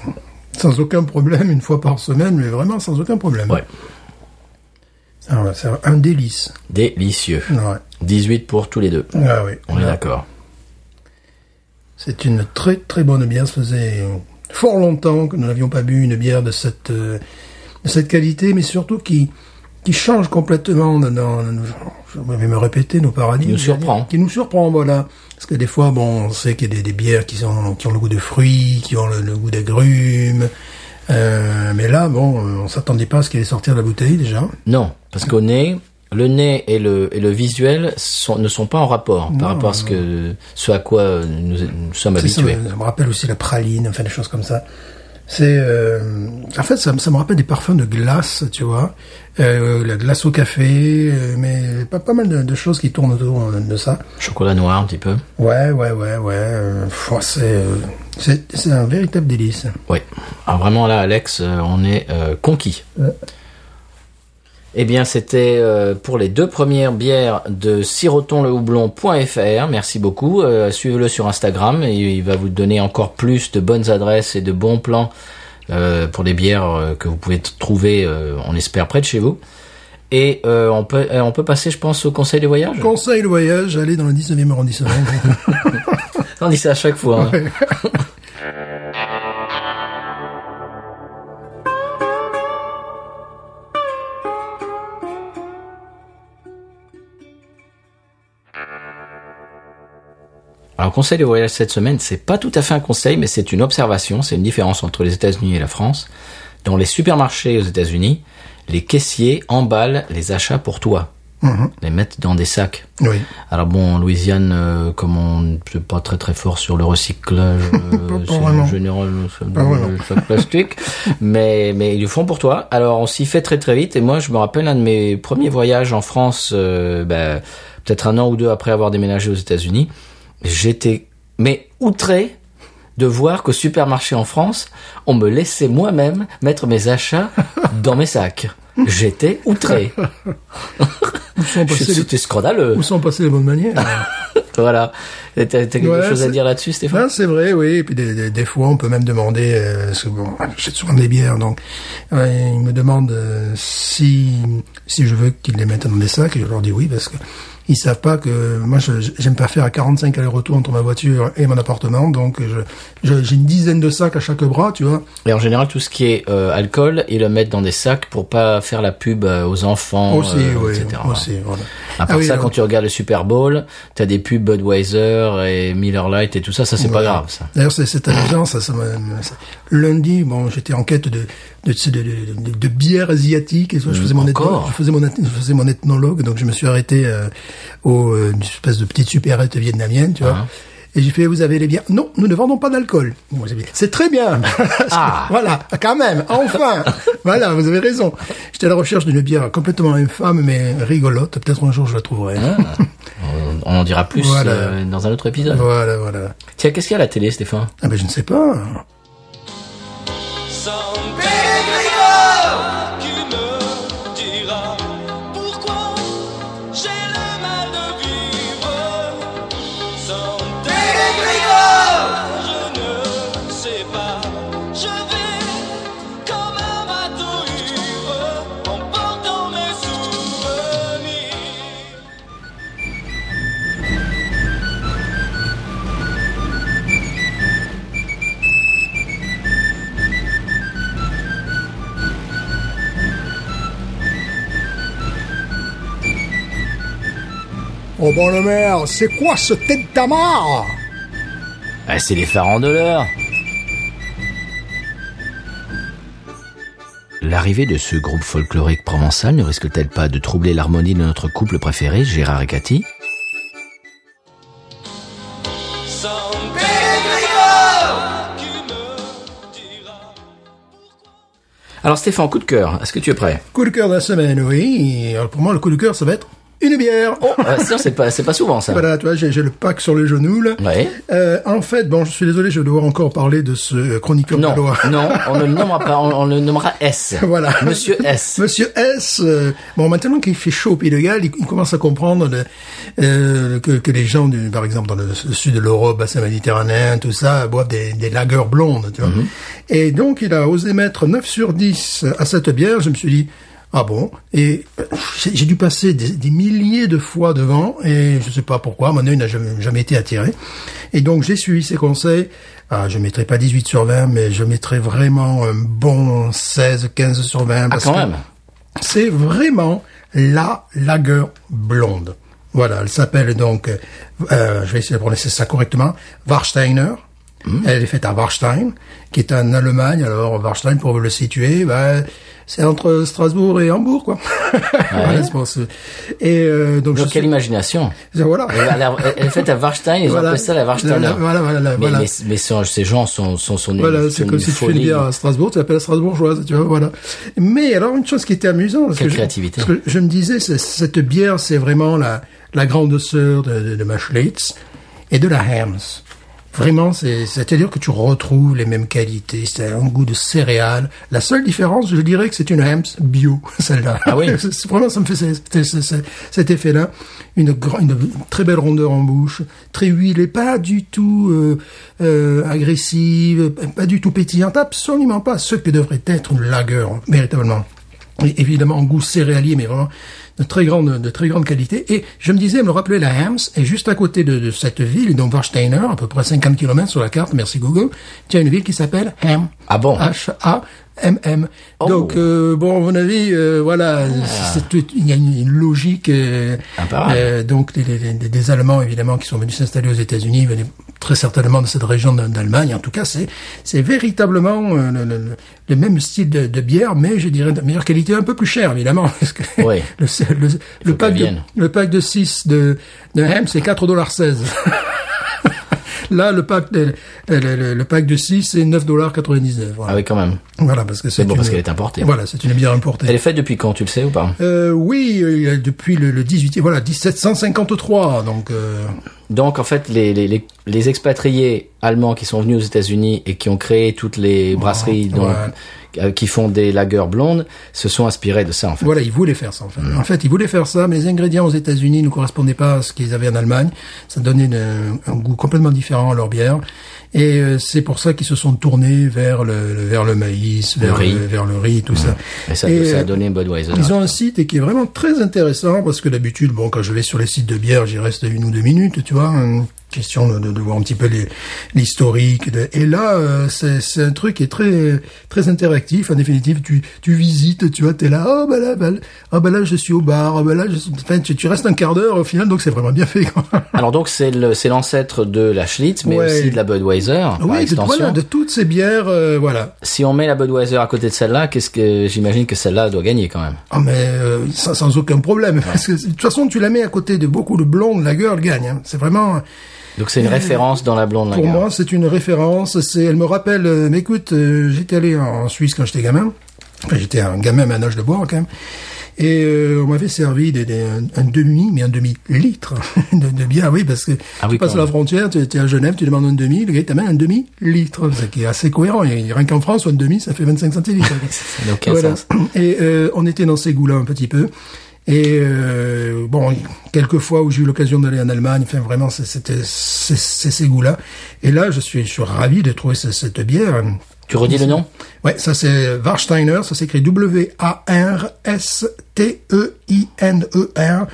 [SPEAKER 3] sans aucun problème, une fois par semaine, mais vraiment sans aucun problème.
[SPEAKER 2] Ouais.
[SPEAKER 3] Alors là, c'est un délice.
[SPEAKER 2] Délicieux.
[SPEAKER 3] Ouais.
[SPEAKER 2] 18 pour tous les deux.
[SPEAKER 3] Ah oui.
[SPEAKER 2] On est d'accord.
[SPEAKER 3] C'est une très très bonne bière. Ça faisait euh, fort longtemps que nous n'avions pas bu une bière de cette euh, de cette qualité, mais surtout qui qui change complètement dans, dans- dans- je vais me répéter nos paradis.
[SPEAKER 2] Qui nous surprend.
[SPEAKER 3] Qui nous surprend, voilà. Parce que des fois, bon, on sait qu'il y a des, des bières qui sont qui ont le goût de fruits, qui ont le, le goût d'agrumes. Euh, mais là, bon, euh, on s'attendait pas à ce qu'elle allait sortir de la bouteille déjà.
[SPEAKER 2] Non, parce qu'au nez, le nez et le, et le visuel sont- ne sont pas en rapport par rapport à ce, que, ce à quoi nous, nous sommes
[SPEAKER 3] C'est Ça,
[SPEAKER 2] habitués.
[SPEAKER 3] me- ça me rappelle aussi la praline, enfin des choses comme ça. C'est euh, en fait ça, me- ça me rappelle des parfums de glace, tu vois, Euh, la glace au café, euh, mais pas pas mal de, de choses qui tournent autour euh, de ça.
[SPEAKER 2] Chocolat noir un petit peu.
[SPEAKER 3] Ouais, ouais, ouais, ouais. euh, pff, c'est euh, c'est c'est un véritable délice.
[SPEAKER 2] Oui. Alors vraiment là, Alex, euh, on est euh, conquis. Eh bien, c'était euh, pour les deux premières bières de sirotonlehoublon.fr. Merci beaucoup. Euh, Suivez-le sur Instagram et il va vous donner encore plus de bonnes adresses et de bons plans euh, pour des bières euh, que vous pouvez t- trouver, euh, on espère, près de chez vous. Et euh, on, peut, euh, on peut passer, je pense, au conseil des voyages.
[SPEAKER 3] Conseil le voyage, allez dans le 19e arrondissement.
[SPEAKER 2] On dit ça à chaque fois. hein. Alors, conseil de voyage cette semaine, c'est pas tout à fait un conseil, mais c'est une observation, c'est une différence entre les États-Unis et la France. Dans les supermarchés aux États-Unis, les caissiers emballent les achats pour toi,
[SPEAKER 3] Mhm.
[SPEAKER 2] les mettent dans des sacs.
[SPEAKER 3] oui.
[SPEAKER 2] Alors bon, en Louisiane, euh, comme on n'est pas très très fort sur le recyclage, euh, c'est
[SPEAKER 3] vraiment.
[SPEAKER 2] en général c'est
[SPEAKER 3] Pas vraiment.
[SPEAKER 2] le sac plastique, mais mais ils le font pour toi. Alors on s'y fait très très vite. Et moi, je me rappelle un de mes premiers voyages en France, euh, bah, peut-être un an ou deux après avoir déménagé aux États-Unis, j'étais mais outré de voir qu'au supermarché en France, on me laissait moi-même mettre mes achats dans mes sacs. J'étais outré.
[SPEAKER 3] Où sont passées les,
[SPEAKER 2] C'était scandaleux.
[SPEAKER 3] où sont passées les bonnes manières
[SPEAKER 2] Voilà. T'as t'as quelque
[SPEAKER 3] Ouais,
[SPEAKER 2] chose à
[SPEAKER 3] c'est-
[SPEAKER 2] dire là-dessus, Stéphane
[SPEAKER 3] Ah, c'est vrai, oui. Et puis des, des- des fois, on peut même demander, euh, parce que bon, j'ai souvent des bières, donc euh, ils me demandent euh, si si je veux qu'ils les mettent dans des sacs, et je leur dis oui, parce que ils savent pas que moi, je- je- j'aime pas faire à 45 aller-retour entre ma voiture et mon appartement, donc je je- j'ai une dizaine de sacs à chaque bras, tu vois.
[SPEAKER 2] Et en général, tout ce qui est euh, alcool, ils le mettent dans des sacs pour pas faire la pub euh, aux enfants,
[SPEAKER 3] aussi,
[SPEAKER 2] euh,
[SPEAKER 3] oui,
[SPEAKER 2] etc.
[SPEAKER 3] aussi, voilà.
[SPEAKER 2] À part
[SPEAKER 3] Ah oui,
[SPEAKER 2] ça,
[SPEAKER 3] alors-
[SPEAKER 2] quand tu regardes le Super Bowl, t'as des pubs Budweiser et Miller Lite et tout ça, ça c'est pas
[SPEAKER 3] Ouais.
[SPEAKER 2] grave, ça.
[SPEAKER 3] D'ailleurs, c'est- c'est amusant, ça, ça me- ça- Lundi, bon, j'étais en quête de, de, de, de, de- de bière asiatique, et ça, je faisais mon
[SPEAKER 2] encore
[SPEAKER 3] ethnologue, je faisais mon, eth- je faisais mon ethnologue, donc je me suis arrêté, euh, au, euh, une espèce de petite supérette vietnamienne, tu vois.
[SPEAKER 2] Ah.
[SPEAKER 3] Et j'ai fait, vous avez les bières? Non, nous ne vendons pas d'alcool. Bon, j'ai dit, C'est très bien.
[SPEAKER 2] Ah.
[SPEAKER 3] Voilà, quand même, enfin. voilà, vous avez raison. J'étais à la recherche d'une bière complètement infâme, mais rigolote. Peut-être un jour je la trouverai.
[SPEAKER 2] Hein? On, on en dira plus
[SPEAKER 3] Voilà.
[SPEAKER 2] euh, dans un autre épisode.
[SPEAKER 3] Voilà, voilà.
[SPEAKER 2] Tiens, qu'est-ce qu'il y a à la télé, Stéphane
[SPEAKER 3] Ah ben, je ne sais pas.
[SPEAKER 4] Son père qui me dira pourquoi j'ai le mal de vivre. Son père, je ne sais pas. Je vais comme un bateau ivre en portant mes souvenirs.
[SPEAKER 3] Oh bon le maire, c'est quoi ce tête d'amarre
[SPEAKER 2] Ah, C'est les pharaons de l'heure L'arrivée de ce groupe folklorique provençal ne risque-t-elle pas de troubler l'harmonie de notre couple préféré, Gérard et Cathy
[SPEAKER 4] Son père qui me dira.
[SPEAKER 2] Alors Stéphane, coup de cœur, est-ce que tu es prêt
[SPEAKER 3] Coup de cœur de la semaine, oui. Alors pour moi, le coup de cœur, ça va être une bière. Oh
[SPEAKER 2] Euh, c'est sûr, c'est pas, c'est pas souvent ça.
[SPEAKER 3] Voilà, tu vois, j'ai j'ai le pack sur le genou, là.
[SPEAKER 2] Ouais.
[SPEAKER 3] Euh, en fait, bon, je suis désolé, je vais devoir encore parler de ce chroniqueur
[SPEAKER 2] Non,
[SPEAKER 3] gallois.
[SPEAKER 2] non, on ne le nommera pas, on, on le nommera S.
[SPEAKER 3] Voilà.
[SPEAKER 2] Monsieur S.
[SPEAKER 3] Monsieur S, euh, bon maintenant qu'il fait chaud au Pays de Galles, il, il commence à comprendre le- euh, que, que les gens, du, par exemple dans le, s- sud de l'Europe, bassin méditerranéen, tout ça, boivent des, des lagers blondes. Tu vois.
[SPEAKER 2] Mhm.
[SPEAKER 3] Et donc il a osé mettre 9 sur 10 à cette bière. Je me suis dit, ah bon Et euh, j'ai j'ai dû passer des, des milliers de fois devant, et je sais pas pourquoi, mon œil n'a jamais, jamais été attiré. Et donc j'ai suivi ses conseils. Ah, je mettrai pas 18 sur 20, mais je mettrai vraiment un bon 16, 15 sur 20.
[SPEAKER 2] Ah,
[SPEAKER 3] parce
[SPEAKER 2] quand
[SPEAKER 3] que-
[SPEAKER 2] même.
[SPEAKER 3] c'est vraiment la lager blonde. Voilà, elle s'appelle donc, euh, je vais essayer de prononcer ça correctement, Warsteiner.
[SPEAKER 2] Hmm.
[SPEAKER 3] Elle est faite à Warstein, qui est en Allemagne. Alors, Warstein, pour le situer, bah, c'est entre Strasbourg et Hambourg, quoi. Voilà, c'est pour ce- Et
[SPEAKER 2] Ah
[SPEAKER 3] euh, donc,
[SPEAKER 2] Donc,
[SPEAKER 3] je
[SPEAKER 2] quelle
[SPEAKER 3] suis-
[SPEAKER 2] imagination
[SPEAKER 3] Voilà.
[SPEAKER 2] Elle va- elle- Elle est faite à Warstein, ils ont appelé ça la Warsteiner.
[SPEAKER 3] Voilà, voilà, voilà,
[SPEAKER 2] mais,
[SPEAKER 3] voilà.
[SPEAKER 2] mais, mais ce- ces gens sont, sont, sont une-
[SPEAKER 3] Voilà,
[SPEAKER 2] sont
[SPEAKER 3] c'est
[SPEAKER 2] une
[SPEAKER 3] comme si tu fais une
[SPEAKER 2] folie.
[SPEAKER 3] bière à Strasbourg, tu l'appelles la Strasbourgeoise, tu vois, voilà. Mais alors, une chose qui était amusante, parce
[SPEAKER 2] Quelle
[SPEAKER 3] que je-
[SPEAKER 2] créativité.
[SPEAKER 3] parce que je me disais, c'est- cette bière, c'est vraiment la, la grande sœur de, de, de ma Schlitz et de la Hermes. Vraiment, c'est- c'est-à-dire que tu retrouves les mêmes qualités, c'est un goût de céréales. La seule différence, je dirais que c'est une Hermes bio, celle-là.
[SPEAKER 2] Ah oui.
[SPEAKER 3] C'est- c'est- vraiment, ça me fait ce- ce- ce- ce- cet effet-là. Une, gra- une très belle rondeur en bouche, très huilée, pas du tout euh, euh, agressive, pas du tout pétillante, absolument pas ce que devrait être une lagueur, véritablement. Et évidemment, en goût céréalier, mais vraiment de très grande, de très grande qualité. Et je me disais, elle me rappelait la Herms, et juste à côté de, de cette ville, donc Warsteiner, à peu près 50 km sur la carte, merci Google, tu as une ville qui s'appelle Herm.
[SPEAKER 2] Ah bon
[SPEAKER 3] H-A-M-M.
[SPEAKER 2] Oh.
[SPEAKER 3] Donc, euh, bon, à mon avis, euh, voilà, c'est tout- il y a une une logique. euh,
[SPEAKER 2] Ah. Imparable.
[SPEAKER 3] euh, donc, les- les- les- des, Allemands, évidemment, qui sont venus s'installer aux États-Unis, venaient très certainement de cette région d'A- d'Allemagne. En tout cas, c'est c'est véritablement euh, le, le- le- le même style de, de bière, mais je dirais de meilleure qualité, un peu plus cher, évidemment. Parce que
[SPEAKER 2] Oui.
[SPEAKER 3] le, le- le
[SPEAKER 2] qu'elle
[SPEAKER 3] pack de,
[SPEAKER 2] vienne.
[SPEAKER 3] le pack de 6 de, de Hem, c'est 4,16$. Là, le pack de, le, le- le pack de 6, c'est 9,99$. Voilà.
[SPEAKER 2] Ah oui, quand même.
[SPEAKER 3] Voilà, parce que c'est
[SPEAKER 2] bon,
[SPEAKER 3] une-
[SPEAKER 2] parce qu'elle est importée.
[SPEAKER 3] Voilà, c'est une bière importée.
[SPEAKER 2] Elle est faite depuis quand, tu le sais ou pas
[SPEAKER 3] Euh, oui, euh, depuis le, le 18, voilà, 1753, donc euh,
[SPEAKER 2] Donc, en fait, les, les, les, les expatriés allemands qui sont venus aux États-Unis et qui ont créé toutes les brasseries dont- euh, qui font des lagers blondes se sont inspirés de ça, en fait.
[SPEAKER 3] voilà, ils voulaient faire ça en fait.
[SPEAKER 2] Mm.
[SPEAKER 3] En fait, ils voulaient faire ça, mais les ingrédients aux États-Unis ne correspondaient pas à ce qu'ils avaient en Allemagne. Ça donnait une- un goût complètement différent à leur bière, et euh, c'est pour ça qu'ils se sont tournés vers le, le- vers le maïs, vers
[SPEAKER 2] riz. Mm.
[SPEAKER 3] vers le riz, tout ça.
[SPEAKER 2] Et ça,
[SPEAKER 3] Et,
[SPEAKER 2] ça a
[SPEAKER 3] euh,
[SPEAKER 2] donné Budweiser.
[SPEAKER 3] Ils ont un site et qui est vraiment très intéressant parce que d'habitude, bon, quand je vais sur les sites de bière, j'y reste une ou deux minutes, tu vois. hein, question de, de- de voir un petit peu les- l'historique. de- Et là, euh, c'est c'est un truc qui est très très interactif. En définitive, tu, tu visites, tu vois, t'es là, oh bah là, bah là, ah, bah là, je suis au bar, ah, bah là, je suis... Enfin, tu, tu restes un quart d'heure au final, donc c'est vraiment bien fait. Quoi.
[SPEAKER 2] Alors, donc, c'est le- c'est l'ancêtre de la Schlitz, mais
[SPEAKER 3] Ouais.
[SPEAKER 2] aussi de la Budweiser, par
[SPEAKER 3] oui, de,
[SPEAKER 2] extension.
[SPEAKER 3] voilà, de toutes ces bières, euh, voilà.
[SPEAKER 2] Si on met la Budweiser à côté de celle-là, qu'est-ce que j'imagine que celle-là doit gagner quand même
[SPEAKER 3] Ah mais euh, sans, sans aucun problème. Parce que, de toute façon, tu la mets à côté de beaucoup de blondes, la gueule gagne. hein. C'est vraiment...
[SPEAKER 2] Donc, c'est une référence dans la blonde
[SPEAKER 3] Pour
[SPEAKER 2] lager.
[SPEAKER 3] moi, c'est une référence. C'est, elle me rappelle. euh, mais écoute, euh, j'étais allé en, en Suisse quand j'étais gamin. Enfin, j'étais un gamin mais un âge de boire quand même. Et euh, on m'avait servi des, des- un, un demi, mais un demi litre de, de bière. Oui, parce que
[SPEAKER 2] Ah
[SPEAKER 3] tu
[SPEAKER 2] oui,
[SPEAKER 3] passes
[SPEAKER 2] quand
[SPEAKER 3] la
[SPEAKER 2] même.
[SPEAKER 3] frontière, tu es à Genève, tu demandes un demi, le gars il t'amène un demi litre, ce qui est assez cohérent. Et rien qu'en France, un demi, ça fait 25 centilitres.
[SPEAKER 2] Ça n'a aucun
[SPEAKER 3] Voilà.
[SPEAKER 2] sens.
[SPEAKER 3] Et euh, on était dans ces goûts-là un petit peu. Et euh, bon, quelques fois où j'ai eu l'occasion d'aller en Allemagne, enfin vraiment, c'est- c'était c'est c'est ces goûts-là. Et là, je suis, je suis ravi de trouver ce- cette bière.
[SPEAKER 2] Tu redis le nom
[SPEAKER 3] Ouais, ça c'est Warsteiner, ça s'écrit E W-A-R-S-T-E-I-N-E-R.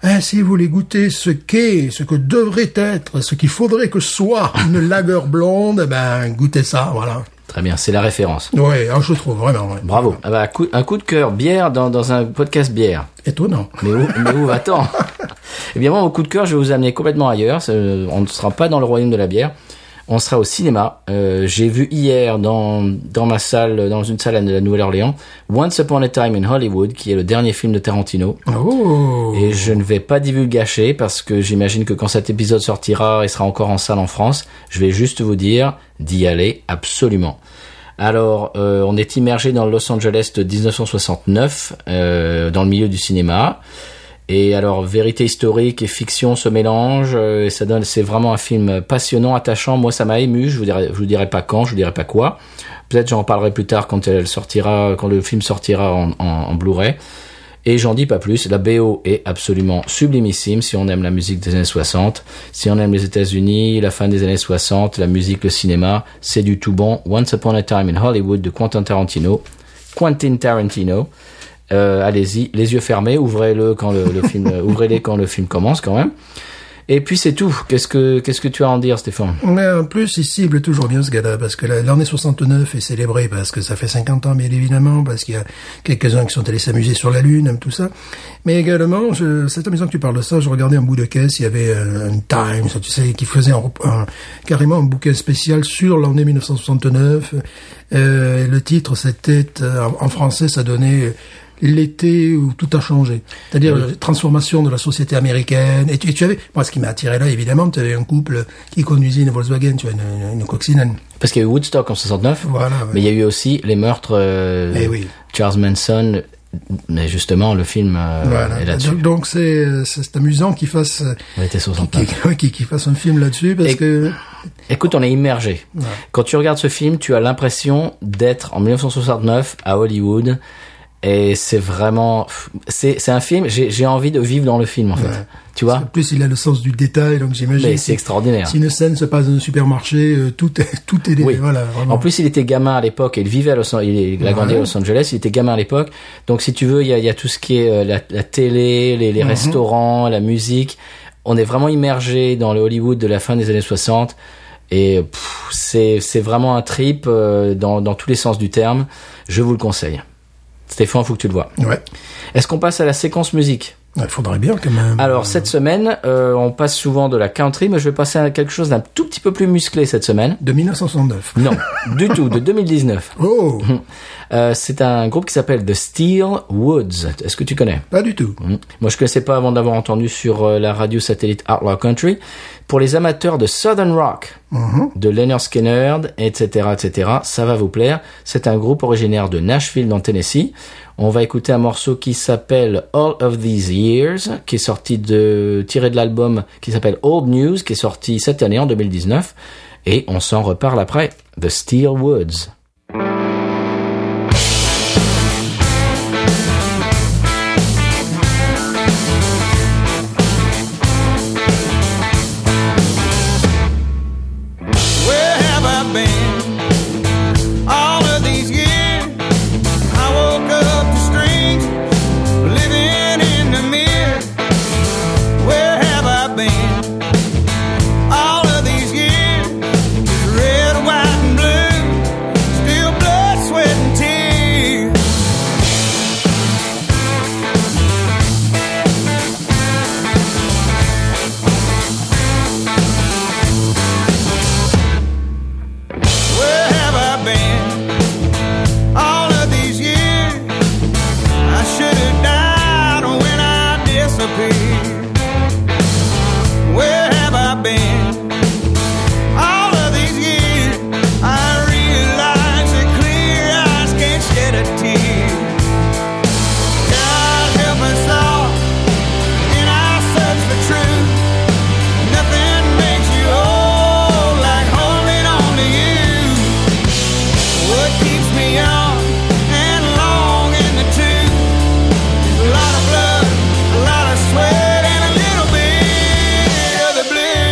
[SPEAKER 3] Hein, si vous voulez goûter ce qu'est, ce que devrait être, ce qu'il faudrait que soit une lager blonde, ben goûtez ça, voilà.
[SPEAKER 2] Très bien, c'est la référence.
[SPEAKER 3] Ouais, hein, je trouve vraiment ouais.
[SPEAKER 2] Bravo. Ah bah, coup- un coup de cœur bière dans, dans un podcast bière.
[SPEAKER 3] étonnant.
[SPEAKER 2] Mais où, mais où va-t-on Eh bien moi, au coup de cœur, je vais vous amener complètement ailleurs. C'est- On ne sera pas dans le royaume de la bière. On sera au cinéma. Euh, J'ai vu hier dans, dans ma salle, dans une salle à la Nouvelle-Orléans, Once Upon a Time in Hollywood, qui est le dernier film de Tarantino.
[SPEAKER 3] Oh.
[SPEAKER 2] Et je ne vais pas divulgacher parce que j'imagine que quand cet épisode sortira et sera encore en salle en France, je vais juste vous dire d'y aller absolument. Alors, euh, on est immergé dans Los Angeles de 1969, euh, dans le milieu du cinéma. Et alors, vérité historique et fiction se mélangent. euh, et ça donne, c'est vraiment un film passionnant, attachant. Moi, ça m'a ému. Je vous dirai, je vous dirai pas quand, je vous dirai pas quoi. Peut-être j'en parlerai plus tard quand elle sortira, quand le film sortira en, en, en Blu-ray. Et j'en dis pas plus, la BO est absolument sublimissime si on aime la musique des années 60, si on aime les États-Unis, la fin des années 60, la musique, le cinéma, c'est du tout bon. Once Upon a Time in Hollywood de Quentin Tarantino. Quentin Tarantino. Euh, allez-y, les yeux fermés, ouvrez-le quand le, le film, ouvrez-les quand le film commence quand même. Et puis c'est tout. Qu'est-ce que qu'est-ce que tu as à en dire, Stéphane
[SPEAKER 3] Mais en plus, il cible toujours bien ce gars-là, parce que la- l'année 69 est célébrée parce que ça fait 50 ans, bien évidemment, parce qu'il y a quelques-uns qui sont allés s'amuser sur la Lune, tout ça. Mais également, je- c'est amusant que tu parles de ça, je regardais un bout de caisse, il y avait euh, un Times, tu sais, qui faisait un, rep- un- carrément un bouquet spécial sur l'année 1969. Euh, le titre, c'était, euh, en- en français, ça donnait l'été où tout a changé. C'est-à-dire la transformation de la société américaine. Et tu, et tu avais, moi ce qui m'a attiré là, évidemment, tu avais un couple qui conduisait une Volkswagen, tu vois, une, une, une coccinelle.
[SPEAKER 2] Parce qu'il y a eu Woodstock en 69.
[SPEAKER 3] Voilà, ouais.
[SPEAKER 2] Mais il y a eu aussi les meurtres. euh,
[SPEAKER 3] Eh oui.
[SPEAKER 2] Charles Manson. Mais justement, le film euh,
[SPEAKER 3] Voilà.
[SPEAKER 2] est là-dessus.
[SPEAKER 3] Donc- Donc c'est euh, c'est c'est amusant qu'il fasse euh,
[SPEAKER 2] On était
[SPEAKER 3] qu'il
[SPEAKER 2] 69.
[SPEAKER 3] qu'il- qu'il fasse un film là-dessus parce
[SPEAKER 2] Et-
[SPEAKER 3] que
[SPEAKER 2] Écoute, on est immergé. Quand tu regardes ce film, tu as l'impression d'être en 1969 à Hollywood. Et c'est vraiment, c'est, c'est un film, j'ai, j'ai envie de vivre dans le film, en fait. Tu
[SPEAKER 3] en
[SPEAKER 2] vois?
[SPEAKER 3] plus il a le sens du détail donc j'imagine
[SPEAKER 2] Mais
[SPEAKER 3] si-
[SPEAKER 2] c'est extraordinaire.
[SPEAKER 3] si une scène se passe dans un supermarché euh, tout est tout est dé-
[SPEAKER 2] Oui.
[SPEAKER 3] voilà vraiment.
[SPEAKER 2] En plus, il était gamin à l'époque, et il vivait à Los Angeles, il a grandi à
[SPEAKER 3] Ouais.
[SPEAKER 2] Los Angeles, il était gamin à l'époque. Donc, si tu veux, il y a, il y a tout ce qui est euh, la, la télé, les, les restaurants, la musique. On est vraiment immergé dans le Hollywood de la fin des années 60. Et pff, c'est c'est vraiment un trip euh, dans, dans tous les sens du terme. Je vous le conseille. Stéphane, faut que tu le vois.
[SPEAKER 3] ouais
[SPEAKER 2] Est-ce qu'on passe à la séquence musique
[SPEAKER 3] il faudrait bien quand même
[SPEAKER 2] Alors, cette semaine, euh, on passe souvent de la country, mais je vais passer à quelque chose d'un tout petit peu plus musclé cette semaine.
[SPEAKER 3] de 1969
[SPEAKER 2] Non, du tout, de 2019.
[SPEAKER 3] oh
[SPEAKER 2] Euh, c'est un groupe qui s'appelle The Steel Woods. Est-ce que tu connais
[SPEAKER 3] pas du tout
[SPEAKER 2] Hmm. Moi, je connaissais pas avant d'avoir entendu sur euh, la radio satellite Outlaw Country. Pour les amateurs de Southern Rock,
[SPEAKER 3] Mhm.
[SPEAKER 2] de Leonard Skinner, etc., etc., ça va vous plaire. C'est un groupe originaire de Nashville, dans Tennessee. On va écouter un morceau qui s'appelle All of These Years, qui est sorti de tiré de l'album qui s'appelle Old News, qui est sorti cette année en 2019. Et on s'en reparle après. The Steel Woods.
[SPEAKER 4] Where have I been all of these years? I woke up to strings, living in the mirror. Where have I been all of these years? Red, white, and blue, still blood, sweat, and tears. Where have I been all of these years? I should have died when I disappeared. Where have I been all of these years? I realize that clear eyes can't shed a tear. God help us all, and I search for truth. Nothing makes you whole like holding on to you. What keeps me young and long in the tooth? A lot of blood, a lot of sweat, and a little bit of the blues.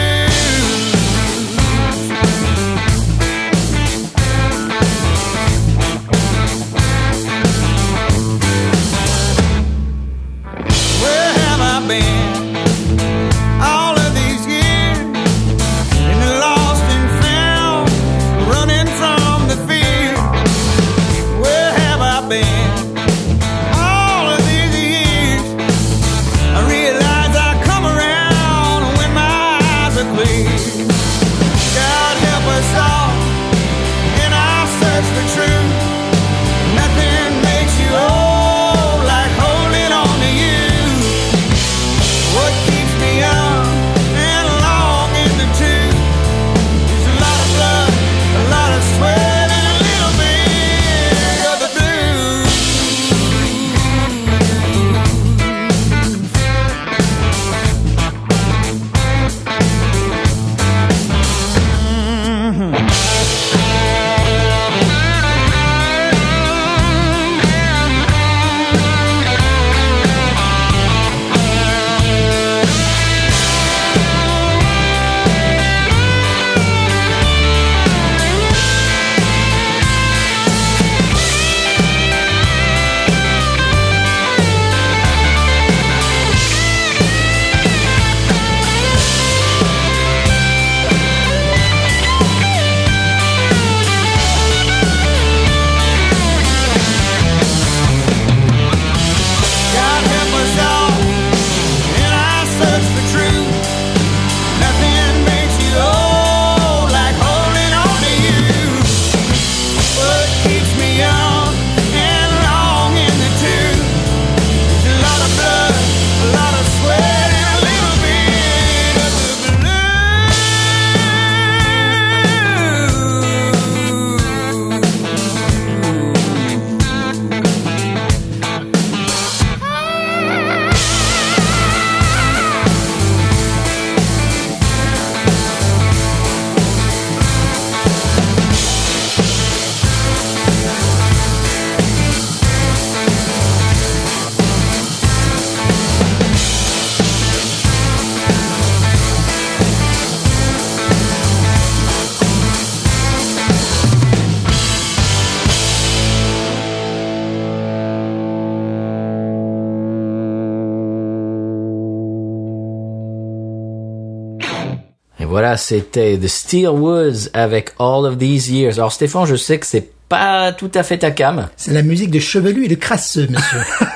[SPEAKER 2] Voilà, c'était The Steel Woods avec All of These Years. Alors Stéphane, je sais que c'est pas tout à fait ta cam.
[SPEAKER 3] C'est la musique de chevelu et de crasseux, monsieur.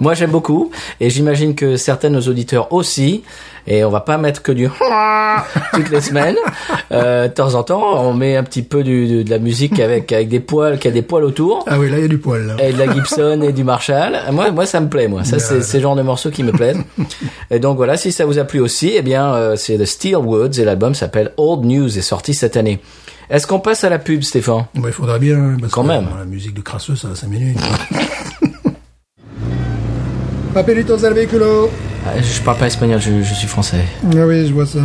[SPEAKER 2] Moi, j'aime beaucoup et j'imagine que certains de nos auditeurs aussi. Et on va pas mettre que du toutes les semaines. Euh, de temps en temps, on met un petit peu du- de, de la musique avec avec des poils, qui a des poils autour.
[SPEAKER 3] ah oui, là, il y a du poil, là.
[SPEAKER 2] Et de la Gibson et du Marshall. Moi, moi, ça me plaît, moi. Ça, c'est c'est le genre de morceaux qui me plaisent. Et donc voilà, si ça vous a plu aussi, eh bien, euh, c'est The Steel Woods et l'album s'appelle Old News et sorti cette année. Est-ce qu'on passe à la pub, Stéphane
[SPEAKER 3] Bon, bah, il faudra bien. hein, parce
[SPEAKER 2] Quand
[SPEAKER 3] que,
[SPEAKER 2] même.
[SPEAKER 3] bon, La musique de crasseux, ça va 5 minutes. Papelitos al vehículo.
[SPEAKER 2] Ah, Je parle pas espagnol, je, je suis français.
[SPEAKER 3] Ah oui, je vois ça.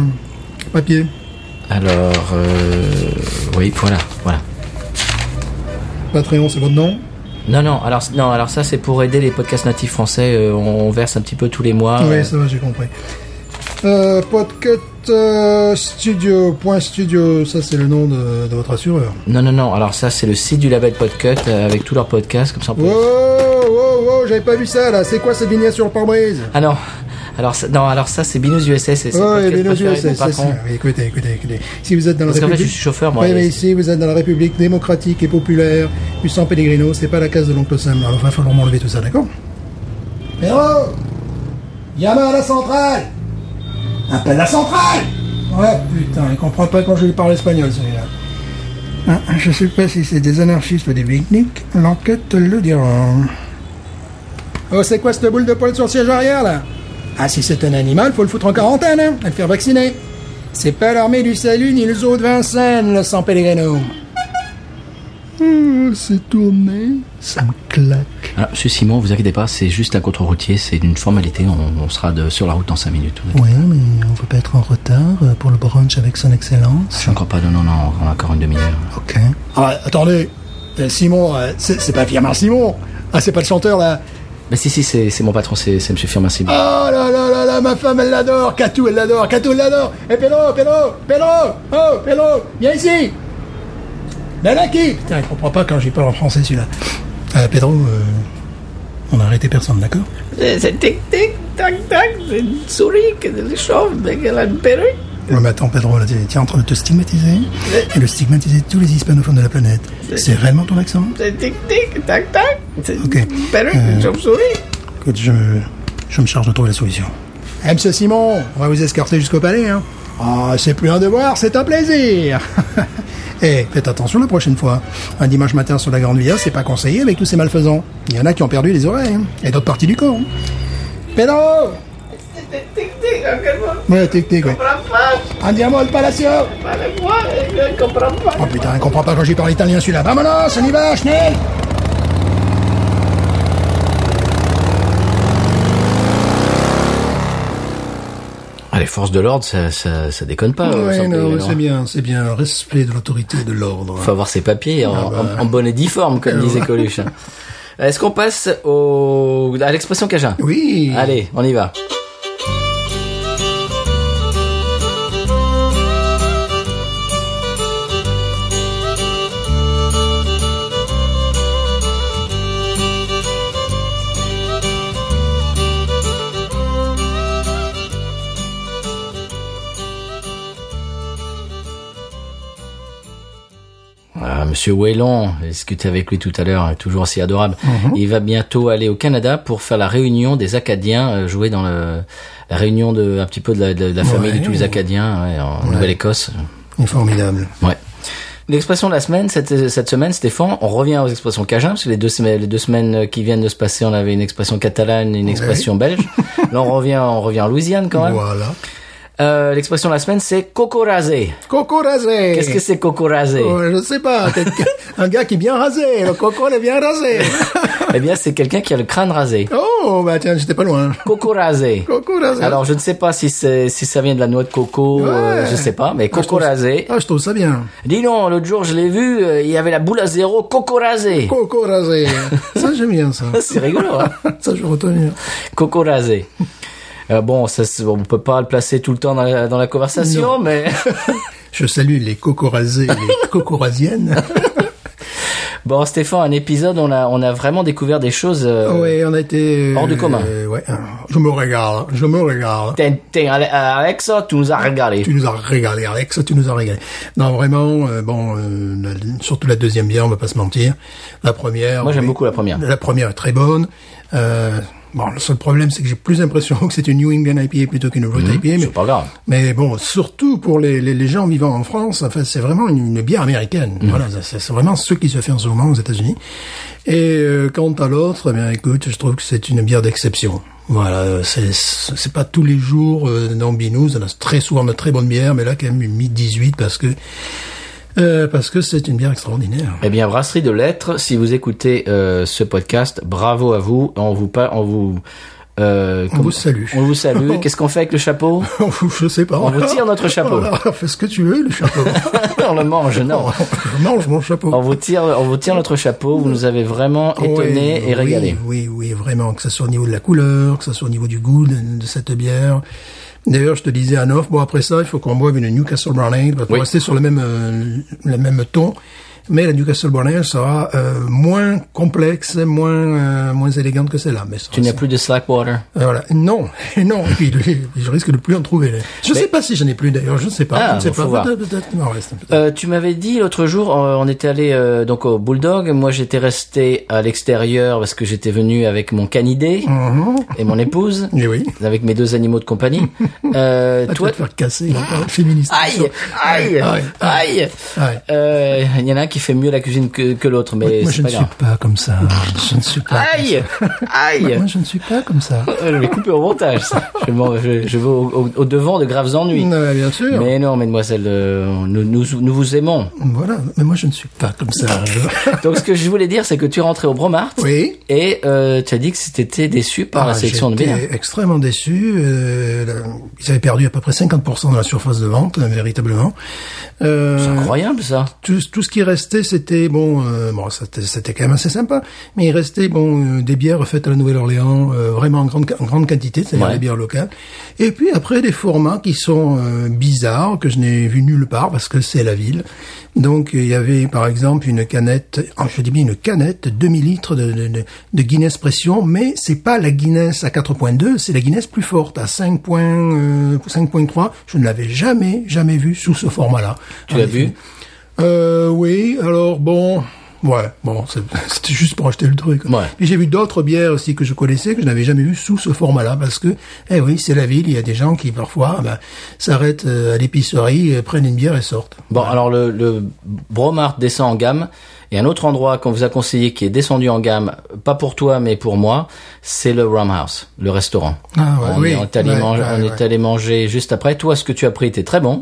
[SPEAKER 3] Papier.
[SPEAKER 2] Alors, euh, oui, voilà, voilà.
[SPEAKER 3] Patreon, c'est votre nom.
[SPEAKER 2] Non, non. Alors, non, alors ça, c'est pour aider les podcasts natifs français. euh, on, on verse un petit peu tous les mois. euh,
[SPEAKER 3] Oui, ça va, j'ai compris. Euh, Podcut euh, Studio. point studio, ça c'est le nom de, de votre assureur.
[SPEAKER 2] Non, non, non. Alors ça, c'est le site du label Podcut euh, avec tous leurs podcasts, comme ça. On peut...
[SPEAKER 3] Wow, wow, wow, j'avais pas vu ça là. C'est quoi cette vignette sur le pare-brise
[SPEAKER 2] Ah non. Alors ça, non, alors ça, c'est Binous USS. C'est c'est le
[SPEAKER 3] Ouais,
[SPEAKER 2] podcast
[SPEAKER 3] mais nos
[SPEAKER 2] préféré de
[SPEAKER 3] USA,
[SPEAKER 2] mon
[SPEAKER 3] c'est ça.
[SPEAKER 2] patron.
[SPEAKER 3] Oui, Écoutez, écoutez, écoutez. Si vous êtes dans la
[SPEAKER 2] Parce qu'en fait,
[SPEAKER 3] République,
[SPEAKER 2] je suis chauffeur, moi,
[SPEAKER 3] Oui,
[SPEAKER 2] et
[SPEAKER 3] mais
[SPEAKER 2] c'est-
[SPEAKER 3] si vous êtes dans la République démocratique et populaire du San Pellegrino, c'est pas la case de l'oncle Sam. Alors, il va falloir m'enlever tout ça, d'accord Héros Yama à la centrale Appelle la centrale Ouais, putain, il comprend pas quand je lui parle espagnol, celui-là. Ah, je sais pas si c'est des anarchistes ou des beatniks. L'enquête le dira. Oh, c'est quoi cette boule de poil sur le siège arrière, là Ah, si c'est un animal, faut le foutre en quarantaine, hein, et le faire vacciner. C'est pas l'armée du salut ni le zoo de Vincennes, le San Pellegrino. Ah, c'est tourné, ça me claque.
[SPEAKER 2] Ah, Monsieur Simon, vous inquiétez pas. C'est juste un contre-routier. C'est une formalité. On, on sera de, sur la route dans 5 minutes. vous inquiétez
[SPEAKER 3] Ouais, mais on veut pas être en retard euh, pour le brunch avec son excellence.
[SPEAKER 2] Je suis encore pas. Non, non, non. On a encore une demi-heure.
[SPEAKER 3] Ok. Ah, attendez, euh, Simon, euh, c'est c'est pas Firmin Simon Ah, c'est pas le chanteur, là
[SPEAKER 2] Mais si, si, c'est c'est mon patron. C'est c'est Monsieur Firmin Simon.
[SPEAKER 3] Oh là là là là, ma femme, elle l'adore Catou, elle l'adore Catou, elle l'adore Eh, Pélo, Pélo, Pélo Oh, Pélo, viens ici Benaki Putain, il comprend pas quand j'y parle en français, celui-là. Euh, Pedro, euh, on a arrêté personne, d'accord
[SPEAKER 2] C'est tic tic tac tac. C'est une souris qui est chauve, qu'elle a une perruque.
[SPEAKER 3] Ouais, mais attends, Pedro, là, t'es t'es en train de te stigmatiser et de stigmatiser tous les hispanophones de la planète. C'est réellement ton accent
[SPEAKER 2] C'est tic tic tac tac. C'est
[SPEAKER 3] Ok. Euh.
[SPEAKER 2] perruque,
[SPEAKER 3] une
[SPEAKER 2] chauve-souris.
[SPEAKER 3] Écoute, je, je me charge de trouver la solution. Monsieur Simon, on va vous escorter jusqu'au palais, hein Ah, c'est plus un devoir, c'est un plaisir Eh, faites attention la prochaine fois. Un dimanche matin sur la Grande Via, c'est pas conseillé avec tous ces malfaisants. Il y en a qui ont perdu les oreilles, hein, et d'autres parties du corps. hein. Pedro Ouais, tic-tic, ouais. Andiamo al palacio Oh putain, il comprend pas quand j'y parle italien celui-là. Vamonos, on y va, schnell
[SPEAKER 2] Ah, les forces de l'ordre, ça, ça, ça déconne pas. euh,
[SPEAKER 3] Ouais,
[SPEAKER 2] San
[SPEAKER 3] non,
[SPEAKER 2] Pellegrino.
[SPEAKER 3] c'est bien, c'est bien. Respect de l'autorité et de l'ordre.
[SPEAKER 2] Faut avoir ses papiers en,
[SPEAKER 3] Ah bah.
[SPEAKER 2] en, en bonne et difforme, comme
[SPEAKER 3] Eh
[SPEAKER 2] disait Coluche. Est-ce qu'on passe au, à l'expression Cajun
[SPEAKER 3] Oui.
[SPEAKER 2] Allez, on y va. Voilà, Ah, Monsieur Wellon, j'ai discuté avec lui tout à l'heure, est toujours aussi adorable. Il va bientôt aller au Canada pour faire la réunion des Acadiens, euh, jouer dans le, la réunion de un petit peu de la, de la famille de tous les
[SPEAKER 3] ouais.
[SPEAKER 2] Acadiens ouais, en Nouvelle-Écosse.
[SPEAKER 3] Il est formidable.
[SPEAKER 2] Ouais. L'expression de la semaine, cette, cette semaine, Stéphane, on revient aux expressions cajun, parce que les deux, semaines- les deux semaines qui viennent de se passer, on avait une expression catalane et une expression belge. Là, on revient, on revient en Louisiane quand même.
[SPEAKER 3] Voilà.
[SPEAKER 2] Euh, L'expression de la semaine, c'est coco rasé.
[SPEAKER 3] Coco rasé.
[SPEAKER 2] Qu'est-ce que c'est coco rasé
[SPEAKER 3] Oh, Je sais pas. quelqu'un- un gars qui est bien rasé. Le coco, il est bien rasé.
[SPEAKER 2] Eh bien, c'est quelqu'un qui a le crâne rasé.
[SPEAKER 3] oh, bah tiens, j'étais pas loin.
[SPEAKER 2] Coco rasé.
[SPEAKER 3] Coco rasé. Ah,
[SPEAKER 2] Alors, je ne sais pas si, c'est- si ça vient de la noix de coco, euh,
[SPEAKER 3] Ouais.
[SPEAKER 2] je sais pas, mais
[SPEAKER 3] Ah, je
[SPEAKER 2] coco
[SPEAKER 3] trouve ça-
[SPEAKER 2] rasé.
[SPEAKER 3] Ah, je trouve ça bien.
[SPEAKER 2] Dis donc, l'autre jour, je l'ai vu, euh, il y avait la boule à zéro, coco rasé.
[SPEAKER 3] Coco rasé. ça, j'aime bien ça.
[SPEAKER 2] C'est rigolo, hein
[SPEAKER 3] Ça, je vais retenir.
[SPEAKER 2] Coco rasé. Euh, bon, ça, c'est- on peut pas le placer tout le temps dans la, dans la conversation, mais
[SPEAKER 3] Je salue les coco rasés et les coco rasiennes.
[SPEAKER 2] Bon, Stéphane, un épisode, on a, on a vraiment découvert des choses. euh,
[SPEAKER 3] Ah ouais, on a été...
[SPEAKER 2] hors du commun.
[SPEAKER 3] euh, ouais. Je me regarde, je me regarde.
[SPEAKER 2] T'es- t'es- Ale- Alexa, tu nous as régalé.
[SPEAKER 3] Tu nous as régalé, Alex, tu nous as régalé. Non, vraiment, euh, bon, euh, la- surtout la deuxième bière, on va pas se mentir. La première...
[SPEAKER 2] Moi, j'aime
[SPEAKER 3] oui,
[SPEAKER 2] beaucoup la première.
[SPEAKER 3] La première est très bonne. Euh, bon, le seul problème, c'est que j'ai plus l'impression que c'est une New England IPA plutôt qu'une Brut IPA. Mais,
[SPEAKER 2] C'est pas grave.
[SPEAKER 3] mais bon, surtout pour les, les, les gens vivant en France, enfin, c'est vraiment une, une bière américaine. Voilà, ça- ça- c'est vraiment ce qui se fait en ce moment aux États-Unis. Et euh, quant à l'autre, eh bien, écoute, je trouve que c'est une bière d'exception. Voilà, euh, c'est c'est c'est pas tous les jours euh, dans Binous, on a très souvent de très bonnes bières, mais là quand même une mi 18 parce que euh, parce que c'est une bière extraordinaire.
[SPEAKER 2] Eh bien, brasserie de lettres, si vous écoutez euh, ce podcast, bravo à vous. On vous pas, on vous, euh,
[SPEAKER 3] On vous salue.
[SPEAKER 2] On vous salue. Qu'est-ce qu'on fait avec le chapeau
[SPEAKER 3] je sais pas.
[SPEAKER 2] On vous tire notre chapeau.
[SPEAKER 3] Voilà, fais ce que tu veux, le chapeau.
[SPEAKER 2] On le mange, non.
[SPEAKER 3] je mange mon chapeau.
[SPEAKER 2] On vous tire, on vous tire notre chapeau. Vous nous avez vraiment étonné
[SPEAKER 3] Ouais,
[SPEAKER 2] et régalé.
[SPEAKER 3] Oui, oui, oui, vraiment, que ce soit au niveau de la couleur, que ce soit au niveau du goût de, de cette bière. D'ailleurs, je te disais à Nof, bon, après ça, il faut qu'on boive une Newcastle Brown Ale, parce qu'on
[SPEAKER 2] Oui.
[SPEAKER 3] rester sur le même, euh, le même ton. Mais la Newcastle Brown Ale sera euh, moins complexe, moins, euh, moins élégante que celle-là. Mais ça,
[SPEAKER 2] Tu n'as
[SPEAKER 3] c'est-
[SPEAKER 2] plus de slackwater.
[SPEAKER 3] euh, Voilà. Non, non. Et puis, je risque de plus en trouver. là. Je sais pas si j'en ai plus, d'ailleurs. Je ne sais pas.
[SPEAKER 2] Ah,
[SPEAKER 3] je ne sais
[SPEAKER 2] bon, faut
[SPEAKER 3] pas.
[SPEAKER 2] voir.
[SPEAKER 3] Peut-être, peut-être. il en reste, peut-être.
[SPEAKER 2] Euh, tu m'avais dit l'autre jour, euh, on était allé euh, donc au Bulldog. Moi, j'étais resté à l'extérieur parce que j'étais venu avec mon canidé
[SPEAKER 3] Mm.
[SPEAKER 2] et mon épouse,
[SPEAKER 3] Eh oui.
[SPEAKER 2] avec mes deux animaux de compagnie. Euh,
[SPEAKER 3] Toi,
[SPEAKER 2] toi,
[SPEAKER 3] te faire casser, là, par le féministe.
[SPEAKER 2] aïe, aïe,
[SPEAKER 3] Ouais.
[SPEAKER 2] aïe.
[SPEAKER 3] Ouais.
[SPEAKER 2] Euh, Il y en a un qui fait mieux la cuisine que, que l'autre, mais
[SPEAKER 3] Moi, je
[SPEAKER 2] c'est
[SPEAKER 3] ne
[SPEAKER 2] pas
[SPEAKER 3] suis
[SPEAKER 2] grave.
[SPEAKER 3] pas comme ça. Je ne suis pas. comme
[SPEAKER 2] Aïe,
[SPEAKER 3] ça.
[SPEAKER 2] aïe.
[SPEAKER 3] Moi, je ne suis pas comme ça.
[SPEAKER 2] Euh, Je vais couper au montage. ça. Je, m'en- je- je vais au, au- au devant de graves ennuis.
[SPEAKER 3] Ouais, Euh, bien sûr.
[SPEAKER 2] Mais non, mademoiselle, euh, nous, nous, nous vous aimons.
[SPEAKER 3] Voilà. Mais moi, je ne suis pas comme ça. Je-
[SPEAKER 2] Donc, ce que je voulais dire, c'est que tu es rentré au Bromart.
[SPEAKER 3] Oui.
[SPEAKER 2] Et euh, tu as dit que t'étais déçu par la
[SPEAKER 3] Ah,
[SPEAKER 2] section de
[SPEAKER 3] j'étais
[SPEAKER 2] bière.
[SPEAKER 3] extrêmement déçu. Euh, la- ils avaient perdu à peu près 50% de la surface de vente, euh, véritablement. Euh,
[SPEAKER 2] C'est incroyable ça.
[SPEAKER 3] tout, tout ce qui restait, c'était bon, euh, bon, c'était c'était quand même assez sympa, mais il restait bon euh, des bières faites à la Nouvelle-Orléans, euh, vraiment en grande en grande quantité, c'est-à-dire
[SPEAKER 2] Ouais.
[SPEAKER 3] des bières locales. Et puis après des formats qui sont euh, bizarres que je n'ai vu nulle part parce que c'est la ville. Donc il y avait par exemple une canette, oh, je dis bien une canette 2 millilitres de, de, de- de Guinness pression, mais c'est pas la Guinness à 4.2, c'est la Guinness plus forte à 5. point, euh, 5.3. Je ne l'avais jamais jamais vue sous ce format-là.
[SPEAKER 2] Tu l'as vu
[SPEAKER 3] Euh, oui, alors bon. Ouais, bon, c'est- c'était juste pour acheter le truc.
[SPEAKER 2] Ouais.
[SPEAKER 3] Et j'ai vu d'autres bières aussi que je connaissais, que je n'avais jamais vues sous ce format-là, parce que, eh oui, c'est la ville, il y a des gens qui parfois bah, s'arrêtent euh, à l'épicerie, euh, prennent une bière et sortent.
[SPEAKER 2] Bon, alors le, le Bromart descend en gamme. Et un autre endroit qu'on vous a conseillé qui est descendu en gamme, pas pour toi mais pour moi, c'est le Rum House, le restaurant.
[SPEAKER 3] Ah ouais,
[SPEAKER 2] on
[SPEAKER 3] oui.
[SPEAKER 2] est, on est allé
[SPEAKER 3] Ouais,
[SPEAKER 2] manger,
[SPEAKER 3] ouais,
[SPEAKER 2] on est
[SPEAKER 3] ouais. Mhm.
[SPEAKER 2] allé manger juste après. Toi, ce que tu as pris était très bon.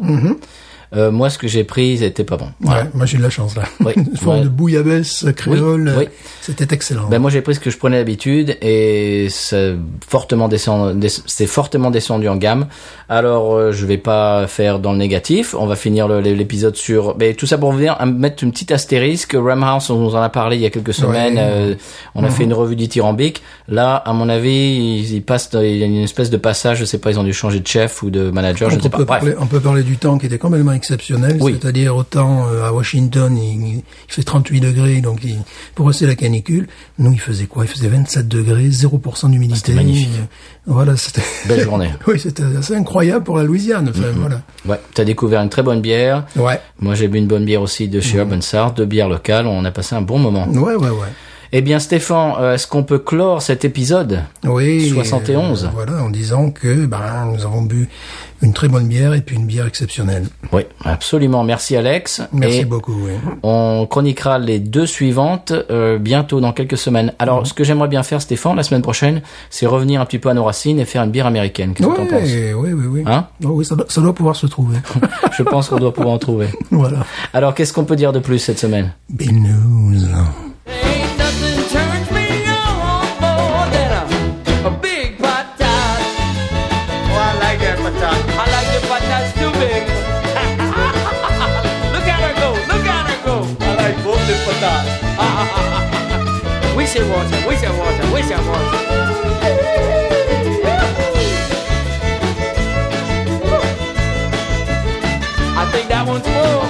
[SPEAKER 2] Euh, moi, ce que j'ai pris c'était pas bon.
[SPEAKER 3] Ouais, moi j'ai de la chance là.
[SPEAKER 2] Oui,
[SPEAKER 3] une forme
[SPEAKER 2] ouais.
[SPEAKER 3] de bouillabaisse créole,
[SPEAKER 2] Oui, oui.
[SPEAKER 3] euh, c'était excellent.
[SPEAKER 2] Ben moi j'ai pris ce que je prenais d'habitude et c'est fortement descendu, des- c'est fortement descendu en gamme. Alors euh, je vais pas faire dans le négatif. On va finir le- le- l'épisode sur. Mais tout ça pour venir à mettre une petite astérisque. Ramhouse, on nous en a parlé il y a quelques semaines.
[SPEAKER 3] Ouais. Mm-hmm.
[SPEAKER 2] euh, on a fait une revue dithyrambique. Là, à mon avis, ils, ils passent. dans- Il y a une espèce de passage. Je sais pas. Ils ont dû changer de chef ou de manager. je ne
[SPEAKER 3] on,
[SPEAKER 2] sais pas.
[SPEAKER 3] peut
[SPEAKER 2] Bref.
[SPEAKER 3] parler, on peut parler du temps qui était complètement exceptionnel,
[SPEAKER 2] Oui.
[SPEAKER 3] c'est-à-dire autant euh, à Washington il, il fait 38 degrés, donc il, pour eux c'est la canicule. Nous il faisait quoi Il faisait 27 degrés, 0% d'humidité.
[SPEAKER 2] Ah, c'était magnifique.
[SPEAKER 3] Euh, Voilà, c'était
[SPEAKER 2] Belle journée. Mm-hmm.
[SPEAKER 3] oui, c'était assez incroyable pour la Louisiane. Enfin voilà.
[SPEAKER 2] Ouais. T'as découvert une très bonne bière.
[SPEAKER 3] Ouais, Mm-hmm.
[SPEAKER 2] Moi j'ai bu une bonne bière aussi de chez Urban Sart, deux bières locales. On a passé un bon moment.
[SPEAKER 3] ouais, ouais, ouais.
[SPEAKER 2] Eh bien, Stéphane, euh, est-ce qu'on peut clore cet épisode
[SPEAKER 3] Oui.
[SPEAKER 2] 71.
[SPEAKER 3] euh, voilà, en disant que ben nous avons bu une très bonne bière et puis une bière exceptionnelle.
[SPEAKER 2] Oui, absolument. Merci, Alex.
[SPEAKER 3] Merci
[SPEAKER 2] Et
[SPEAKER 3] beaucoup. oui.
[SPEAKER 2] On chroniquera les deux suivantes euh, bientôt dans quelques semaines. Alors,
[SPEAKER 3] Mhm.
[SPEAKER 2] ce que j'aimerais bien faire, Stéphane, la semaine prochaine, c'est revenir un petit peu à nos racines et faire une bière américaine. Qu'est-ce que t'en penses
[SPEAKER 3] Ouais, oui, oui, oui.
[SPEAKER 2] Hein
[SPEAKER 3] Oh, oui, ça doit, ça doit pouvoir se trouver.
[SPEAKER 2] Je pense qu'on doit pouvoir en trouver.
[SPEAKER 3] voilà.
[SPEAKER 2] Alors, qu'est-ce qu'on peut dire de plus cette semaine
[SPEAKER 3] Binous.
[SPEAKER 5] Ain't nothing turns me on more than a, a big patat. Oh, I like that patat. I like the patats too big. look at her go, look at her go. I like both the patats. we should watch her, we should watch her, we should watch her. I think that one's full.